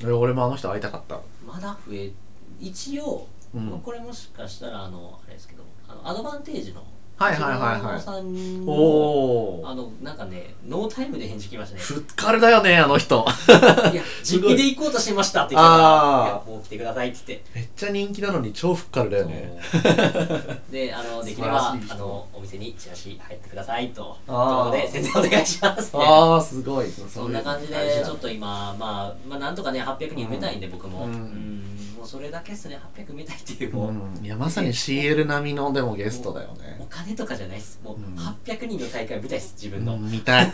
Speaker 5: え俺もあの人会いたかった
Speaker 4: まだ増え一応、
Speaker 5: うん
Speaker 4: まあこれもしかしたらあのあれですけどあのアドバンテージの
Speaker 5: はいはいはいは
Speaker 4: 一
Speaker 5: い
Speaker 4: 郎さんの
Speaker 5: おお
Speaker 4: あのなんかねノータイムで返事来ましたね
Speaker 5: ふっかるだよねあの人 [laughs]
Speaker 4: いや実費で行こうとしてましたって言った
Speaker 5: あー
Speaker 4: らいやもう来てくださいって言って
Speaker 5: めっちゃ人気なのに超ふっかるだよね
Speaker 4: そうであ
Speaker 5: [laughs]
Speaker 4: のできれば
Speaker 5: 素晴らしい人
Speaker 4: あのお店にチラシ入ってくださいと
Speaker 5: あー
Speaker 4: ということで宣伝お願いします、ね、
Speaker 5: ああすごい
Speaker 4: そんな感じでちょっと今、まあ、まあなんとかね800人埋めたいんで僕も、
Speaker 5: う
Speaker 4: うんん、もうそれだけですね800埋めたいっていうもう、
Speaker 5: うんいやまさに CL 並みのでもゲストだよ
Speaker 4: お
Speaker 5: ね
Speaker 4: 金とかじゃないっすもう、
Speaker 5: うん
Speaker 4: 800人の大会見たいっす自
Speaker 5: う
Speaker 4: 分の、
Speaker 5: ん見たい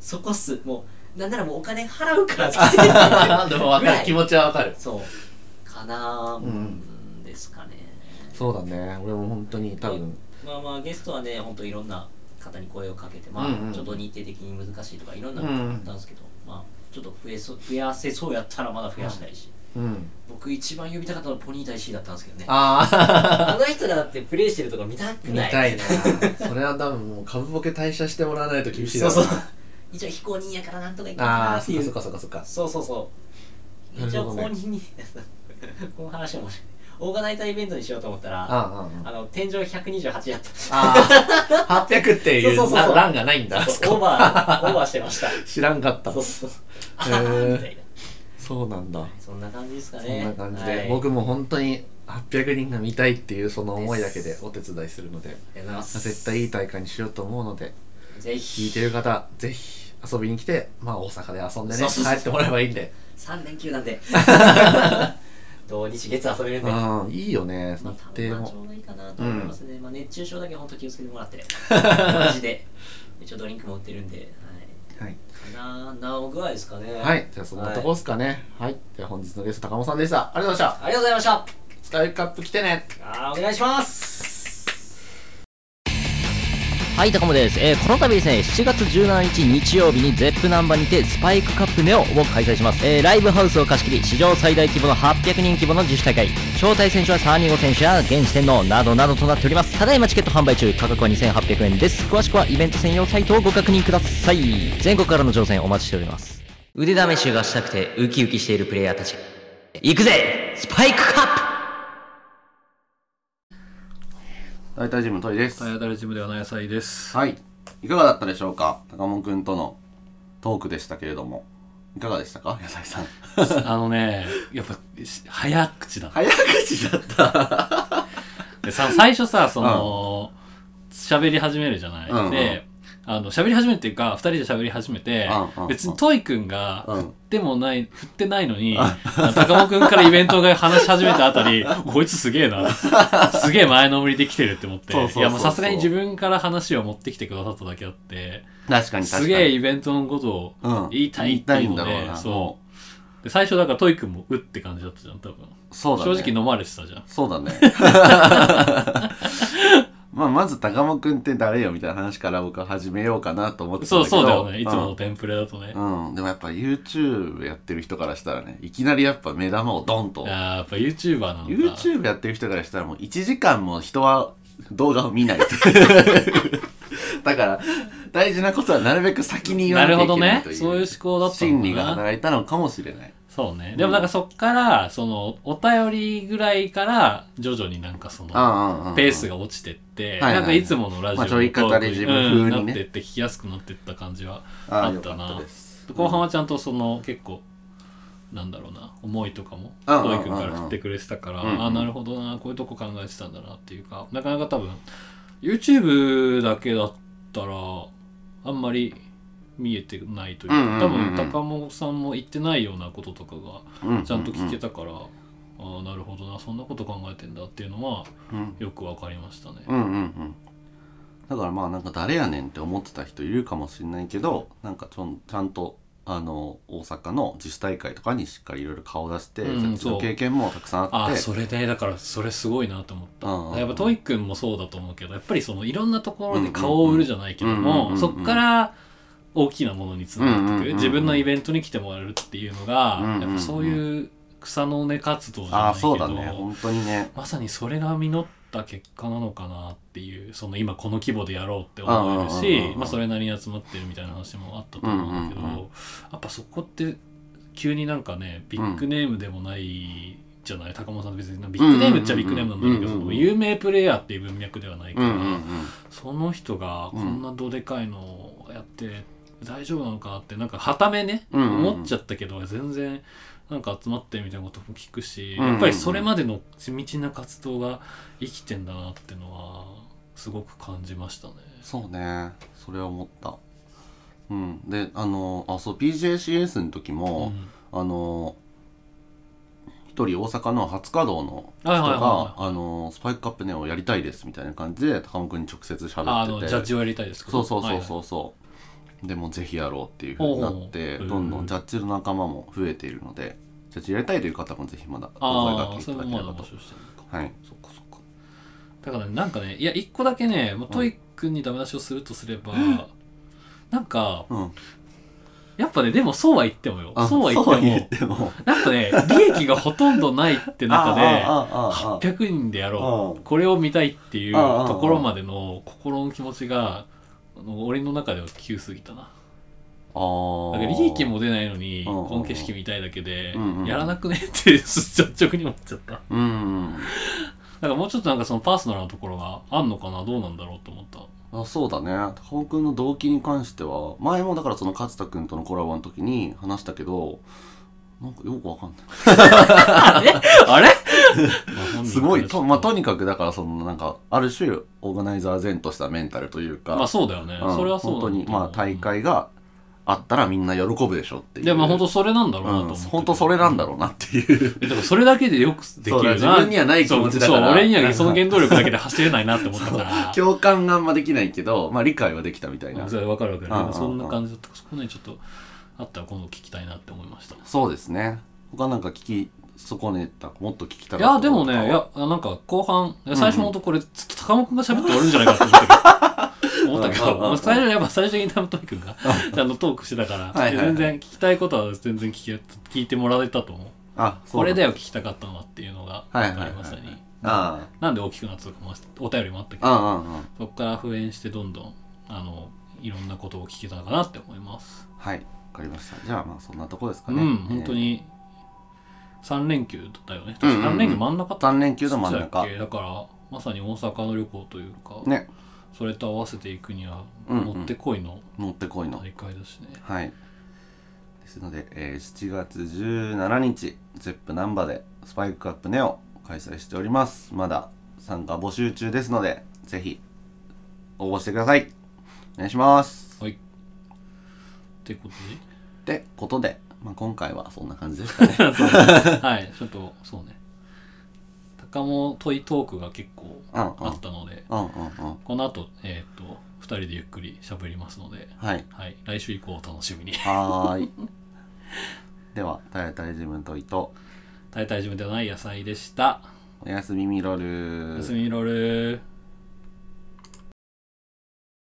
Speaker 4: そこっすもうなんならもうお金払うからって言って
Speaker 5: [laughs] でも分か
Speaker 4: ぐら
Speaker 5: る
Speaker 4: い
Speaker 5: 気持ちは分かる
Speaker 4: そうかなー
Speaker 5: うん
Speaker 4: んですかね、
Speaker 5: そうだね俺も本当に多分
Speaker 4: まあまあゲストはねほんといろんな方に声をかけてまあ、
Speaker 5: うんうん
Speaker 4: ちょっと日程的に難しいとかいろんなことあったんですけど、まあちょっと増えそう増やせそうやったらまだ増やしたいし、
Speaker 5: うん
Speaker 4: 僕一番呼びたかったのはポニー大 C だったんですけどね
Speaker 5: ああ
Speaker 4: あの人がだってプレイしてるところ見たく
Speaker 5: 見
Speaker 4: ない
Speaker 5: たいなそれは多分もう株ボケ退社してもらわないと厳しい
Speaker 4: そ
Speaker 5: だ
Speaker 4: う
Speaker 5: ろ
Speaker 4: そうう
Speaker 5: な
Speaker 4: 一応非公認やからなんとかいけるか
Speaker 5: あ
Speaker 4: な
Speaker 5: あ
Speaker 4: って
Speaker 5: そ
Speaker 4: い
Speaker 5: っ
Speaker 4: う
Speaker 5: かそっかそっかそっか
Speaker 4: そうそうそう。
Speaker 5: な
Speaker 4: 一
Speaker 5: る
Speaker 4: 応
Speaker 5: ほ
Speaker 4: 公
Speaker 5: どね
Speaker 4: 認に、 [laughs] この話は面白い。オーガナイザーイベントにしようと思ったら、
Speaker 5: あ
Speaker 4: あ
Speaker 5: あああ
Speaker 4: の、天井128やった。
Speaker 5: ああ800っていう
Speaker 4: そうそうそうそう
Speaker 5: 欄がないん
Speaker 4: [laughs]
Speaker 5: だあそ
Speaker 4: オ
Speaker 5: こ
Speaker 4: ーバー、オーバーしてま
Speaker 5: [laughs]
Speaker 4: した。
Speaker 5: 知らんかった
Speaker 4: そうそう。あ
Speaker 5: へー
Speaker 4: ー [laughs] みたいな。
Speaker 5: そうなんだ
Speaker 4: そんな感じですか
Speaker 5: そん
Speaker 4: ね。
Speaker 5: な感じで、
Speaker 4: はい
Speaker 5: 僕も本当に800人が見たいっていうその思いだけでお手伝いするの
Speaker 4: あ
Speaker 5: で
Speaker 4: りがとうございます。
Speaker 5: 絶対いい大会にしようと思うので
Speaker 4: ぜ
Speaker 5: 聞い
Speaker 4: ひ。
Speaker 5: てる方ぜひ遊びに来て、まあ、大阪で遊んで
Speaker 4: そ
Speaker 5: ね
Speaker 4: うそうそう
Speaker 5: 帰ってもらえばいいんで、
Speaker 4: 3連休なん
Speaker 5: [laughs]
Speaker 4: で土日月遊べるんで、まあ、
Speaker 5: うん、いいよね
Speaker 4: 多
Speaker 5: で
Speaker 4: 分まあち
Speaker 5: も
Speaker 4: ょうどいいかなと思いますね、まあ、熱中症だけ本当気をつけてもらって
Speaker 5: [laughs]
Speaker 4: マジで一応ドリンクも売ってるんで、
Speaker 5: はい、
Speaker 4: はい、かななおぐらいですかね
Speaker 5: はい、じゃあそんなとこですかねはい、では本日のゲスト高本さんでしたありがとうございまし
Speaker 4: ありがとうございました
Speaker 5: スカイカップ来てね
Speaker 4: たあーお願いします
Speaker 6: はい、高もです。えーこの度ですね、7月17日日曜日に ZEP ナンバにてスパイクカップネオを開催します。えーライブハウスを貸し切り、史上最大規模の800人規模の自主大会。招待選手はサーニゴ選手や現地天皇などなどとなっております。ただいまチケット販売中、価格は2800円です。詳しくはイベント専用サイトをご確認ください。全国からの挑戦お待ちしております。腕試しがしたくてウキウキしているプレイヤーたち。行くぜスパイクカップ
Speaker 1: 大体ジムトイです
Speaker 2: タイアダルジムではな野菜です。
Speaker 1: はいいかがだったでしょうか高門くんとのトークでしたけれどもいかがでしたか野菜さん
Speaker 2: [laughs]
Speaker 1: [laughs]
Speaker 2: あのね、やっぱ、し早口だった。
Speaker 1: 早口だった
Speaker 2: でさ最初さ、その、喋、り始めるじゃない。
Speaker 1: うんうん
Speaker 2: で、あの、喋り始めるっていうか、二人で喋り始めて、
Speaker 1: うんうん
Speaker 2: 別にトイくんが、
Speaker 1: うん
Speaker 2: 振ってもない、振ってないのに、あの高尾くんからイベントが話し始めたあたり、 [laughs] こいつすげえな。すげえ前のめりで来てるって思って。
Speaker 1: そうそうそうそう
Speaker 2: や、もうさすがに自分から話を持ってきてくださっただけあって、
Speaker 1: 確かに確かに
Speaker 2: すげえイベントのことを
Speaker 1: うん
Speaker 2: 言いたいっていう
Speaker 1: 言いたい
Speaker 2: ので、
Speaker 1: んだろうな
Speaker 2: そう。で、最初だからトイくんもうって感じだったじゃん、多分。
Speaker 1: そうだね
Speaker 2: 正直飲まれてたじゃん。
Speaker 1: そうだね
Speaker 2: [laughs]
Speaker 1: まあまず高間くんって誰よみたいな話から僕は始めようかなと思ってたん
Speaker 2: そう
Speaker 1: だけど
Speaker 2: そうだよね。いつも
Speaker 1: う
Speaker 2: の
Speaker 1: ん
Speaker 2: テンプレだとね。
Speaker 1: うん、でもやっぱ YouTube やってる人からしたらねいきなりやっぱ目玉をドンと
Speaker 2: あーやっぱ YouTuber なのか。
Speaker 1: YouTube やってる人からしたらもう1時間も人は動画を見
Speaker 2: [laughs]
Speaker 1: ないだから大事なことはなるべく先に言わなきゃいけないという
Speaker 2: なるほどねそういう思考だったのか
Speaker 1: 心
Speaker 2: な
Speaker 1: 理が働いたのかもしれない
Speaker 2: そうね。でもなんかそっから、その、お便りぐらいから、徐々になんかその、
Speaker 1: ああああああ
Speaker 2: ペースが落ちてって、
Speaker 1: はいはいはい
Speaker 2: なんかいつものラジオ
Speaker 1: まあちょい語り自分風にね
Speaker 2: なってって聞きやすくなってった感じは
Speaker 1: あ
Speaker 2: あ
Speaker 1: あ
Speaker 2: っ
Speaker 1: よ
Speaker 2: た
Speaker 1: かった
Speaker 2: な
Speaker 1: で。す
Speaker 2: 後半はちゃんとその、結構、なんだろうな、思いとかも、
Speaker 1: うん
Speaker 2: トイ君から振ってくれてたから、
Speaker 1: うんうん
Speaker 2: あ、なるほどな、こういうとこ考えてたんだなっていうか、なかなか多分、YouTube だけだったら、あんまり、見えてないという
Speaker 1: うんうんうん
Speaker 2: か、多
Speaker 1: うん
Speaker 2: 分高本さんも言ってないようなこととかが
Speaker 1: う
Speaker 2: ちゃんと聞け
Speaker 1: た
Speaker 2: たから、ああなるほどなそんなこと考えてんだっていうのは
Speaker 1: うん
Speaker 2: よくわかりましたね、
Speaker 1: うんうんうんだからまあなんか誰やねんって思ってた人いるかもしれないけどなんかちょんちゃんとあの大阪の自主大会とかにしっかりいろいろ顔出して、
Speaker 2: う
Speaker 1: そ
Speaker 2: ん
Speaker 1: っちの
Speaker 2: そう
Speaker 1: 経験もたくさんあ
Speaker 2: あ
Speaker 1: っ
Speaker 2: あ
Speaker 1: て
Speaker 2: それねだからそれすごいなと思った、
Speaker 1: うんうんうん
Speaker 2: やっぱトイ君もそうだと思うけどやっぱりそのいろんなところで顔を売るじゃないけど
Speaker 1: うんう
Speaker 2: も、
Speaker 1: んうん
Speaker 2: そっから大きなものにつながってくる、
Speaker 1: うんうんうんうん
Speaker 2: 自分のイベントに来てもらえるっていうのが、
Speaker 1: うんうんうん
Speaker 2: やっぱそういう草の根活動じ
Speaker 1: ああ
Speaker 2: ゃないけど
Speaker 1: そうだね本当にね
Speaker 2: まさにそれが実った結果なのかなっていうその今この規模でやろうって思える
Speaker 1: うんうんうん
Speaker 2: し
Speaker 1: うん
Speaker 2: まあそれなりに集まってるみたいな話もあったと思うんだけど、
Speaker 1: うんうんうん
Speaker 2: やっぱそこって急になんかねビッグネームでもないじゃない、高本さんって別にビッグネームっちゃビッグネームなんだろうけど、
Speaker 1: うんうんうんうん
Speaker 2: その有名プレイヤーっていう文脈ではないか
Speaker 1: うん
Speaker 2: ら、
Speaker 1: うんうん
Speaker 2: その人がこんなどでかいのをやって大丈夫なのかってなんかはためね、
Speaker 1: うんうんうん
Speaker 2: 思っちゃったけど全然なんか集まってみたいなことも聞くし、
Speaker 1: うんうんうん
Speaker 2: やっぱりそれまでの地道な活動が生きてんだなってのはすごく感じましたね。
Speaker 1: そうねそれは思ったうんであのあそう PJCS の時も、あの一人大阪の初稼働の人
Speaker 2: はいはいはい
Speaker 1: が
Speaker 2: は
Speaker 1: あのスパイクカップネオをやりたいですみたいな感じで高野君に直接
Speaker 2: ああ
Speaker 1: 喋っ
Speaker 2: の
Speaker 1: てて
Speaker 2: ジャッジをやりたいですけ
Speaker 1: そ
Speaker 2: ど
Speaker 1: うそうそうそう
Speaker 2: は
Speaker 1: そう、でもうぜひやろうっていう風になって
Speaker 2: おうおう
Speaker 1: どんどんジャッジの仲間も増えているのでジャッジやりたいという方もぜひまだお
Speaker 2: い
Speaker 1: 声
Speaker 2: はい、
Speaker 1: 掛
Speaker 2: ああ
Speaker 1: け
Speaker 2: そ
Speaker 1: い
Speaker 2: れ
Speaker 1: た
Speaker 2: も
Speaker 1: だけ
Speaker 2: ま
Speaker 1: れば
Speaker 2: だ募
Speaker 1: と
Speaker 2: 集してるのか、
Speaker 1: はい
Speaker 2: そっかそっかだからねなんかねいや一個だけね、まあ、トイ君にダメ出しをするとすれば、なんか
Speaker 1: うん
Speaker 2: やっぱね、でもそうは言ってもよ
Speaker 1: あ。
Speaker 2: そうは言っても、
Speaker 1: そうは言っても
Speaker 2: やっぱね、利益がほとんどないって中で、
Speaker 1: ああああああ
Speaker 2: 800人でやろ
Speaker 1: うん
Speaker 2: う。これを見たいっていう
Speaker 1: ああああ
Speaker 2: ところまでの心の気持ちが、あの俺の中では急すぎた
Speaker 1: あ
Speaker 2: な。だ
Speaker 1: あ
Speaker 2: から利益も出ないのに、
Speaker 1: うんうんうん
Speaker 2: この景色見たいだけで
Speaker 1: うんうん、
Speaker 2: やらなくねって率直に思っちゃった。だ
Speaker 1: うん
Speaker 2: からもうちょっとなんかそのパーソナルなところがあんのかな、どうなんだろうと思った。
Speaker 1: あそうだね高尾君の動機に関しては前もだからその勝田君とのコラボの時に話したけどなんかよくわかんない
Speaker 6: [laughs]
Speaker 2: あれ
Speaker 1: すごいと,、まあ、とにかくだからそのなんかある種オーガナイザー前としたメンタルというか
Speaker 2: まあそうだよね。
Speaker 1: うん
Speaker 2: それはそう
Speaker 1: 本当にまあ大会があったらみんな喜ぶでしょっていう。
Speaker 2: でも本当それなんだろうなと
Speaker 1: うん、
Speaker 2: 思って。
Speaker 1: 本当それなんだろうなっていう。
Speaker 2: え。でもそれだけでよくできる
Speaker 1: そ
Speaker 2: な。
Speaker 1: うだ自分にはない気持ちだから
Speaker 2: そうそう、俺にはその原動力だけで走れないなって思ったから。
Speaker 1: 共感があんまできないけど、まあ理解はできたみたいな。
Speaker 2: そうわかるわかる、
Speaker 1: うんうんうん
Speaker 2: そんな感じだったそこねちょっとあったら今度聞きたいなって思いました
Speaker 1: そうですね。他なんか聞き損ねた、もっと聞きた
Speaker 2: い
Speaker 1: か
Speaker 2: や
Speaker 1: った
Speaker 2: でも
Speaker 1: こととか
Speaker 2: ねいやなんか後半いや最初の音これずっと高間君が喋って終わるんじゃないかって
Speaker 1: [laughs]
Speaker 2: 思ったけど
Speaker 1: うんうんうんうん
Speaker 2: 思ったけど最初やっぱ最初に玉鳥君があのトークしてたから
Speaker 1: はいはいはい
Speaker 2: 全然聞きたいことは全然聞き聞いてもらえたと思う
Speaker 1: あ、そう
Speaker 2: これだ
Speaker 1: よ。
Speaker 2: よ聞きたかったのはっていうのが
Speaker 1: はいは
Speaker 2: 分
Speaker 1: い
Speaker 2: か
Speaker 1: はい
Speaker 2: りましたね
Speaker 1: あ
Speaker 2: なんで大きくなったとかもお便りもあったけ
Speaker 1: あ、
Speaker 2: ど
Speaker 1: ああ、ああ。
Speaker 2: そこから復縁してどんどんあのいろんなことを聞けたかなって思います
Speaker 1: はい、わかりました。じゃあまあそんなとこですか
Speaker 2: う
Speaker 1: ね。
Speaker 2: ん、本当
Speaker 1: えー。
Speaker 2: に3連休だよね。
Speaker 1: うんうんうん
Speaker 2: 3連休真ん中だっ
Speaker 1: 3連休の真ん
Speaker 2: たっ
Speaker 1: 中
Speaker 2: け。だから、まさに大阪の旅行というか、
Speaker 1: ね、
Speaker 2: それと合わせていくには、
Speaker 1: うんうん
Speaker 2: もってこいの
Speaker 1: 乗ってこいの。
Speaker 2: 大会だしね。
Speaker 1: はい。ですので、えー7月17日、ゼップナンバでスパイクカップネオ開催しております。まだ参加募集中ですので、ぜひ応募してください。お願いします。
Speaker 2: はい。ってことで
Speaker 1: ってことで、まあ、今回はそんな感じですか
Speaker 2: [laughs]
Speaker 1: ね。
Speaker 2: そう
Speaker 1: [laughs]
Speaker 2: ね。はい、ちょっと、そうね。高も問いトークが結構
Speaker 1: うんうん
Speaker 2: あったので、
Speaker 1: うんうんうん。
Speaker 2: この後、えっ、と、2人でゆっくり喋りますので、
Speaker 1: はい。
Speaker 2: はい、来週以降お楽しみに。
Speaker 1: はーい。では、タイタイ自分といと、
Speaker 2: 大体自分ではない野菜でした。
Speaker 1: おやすみみろる
Speaker 2: おやすみロール。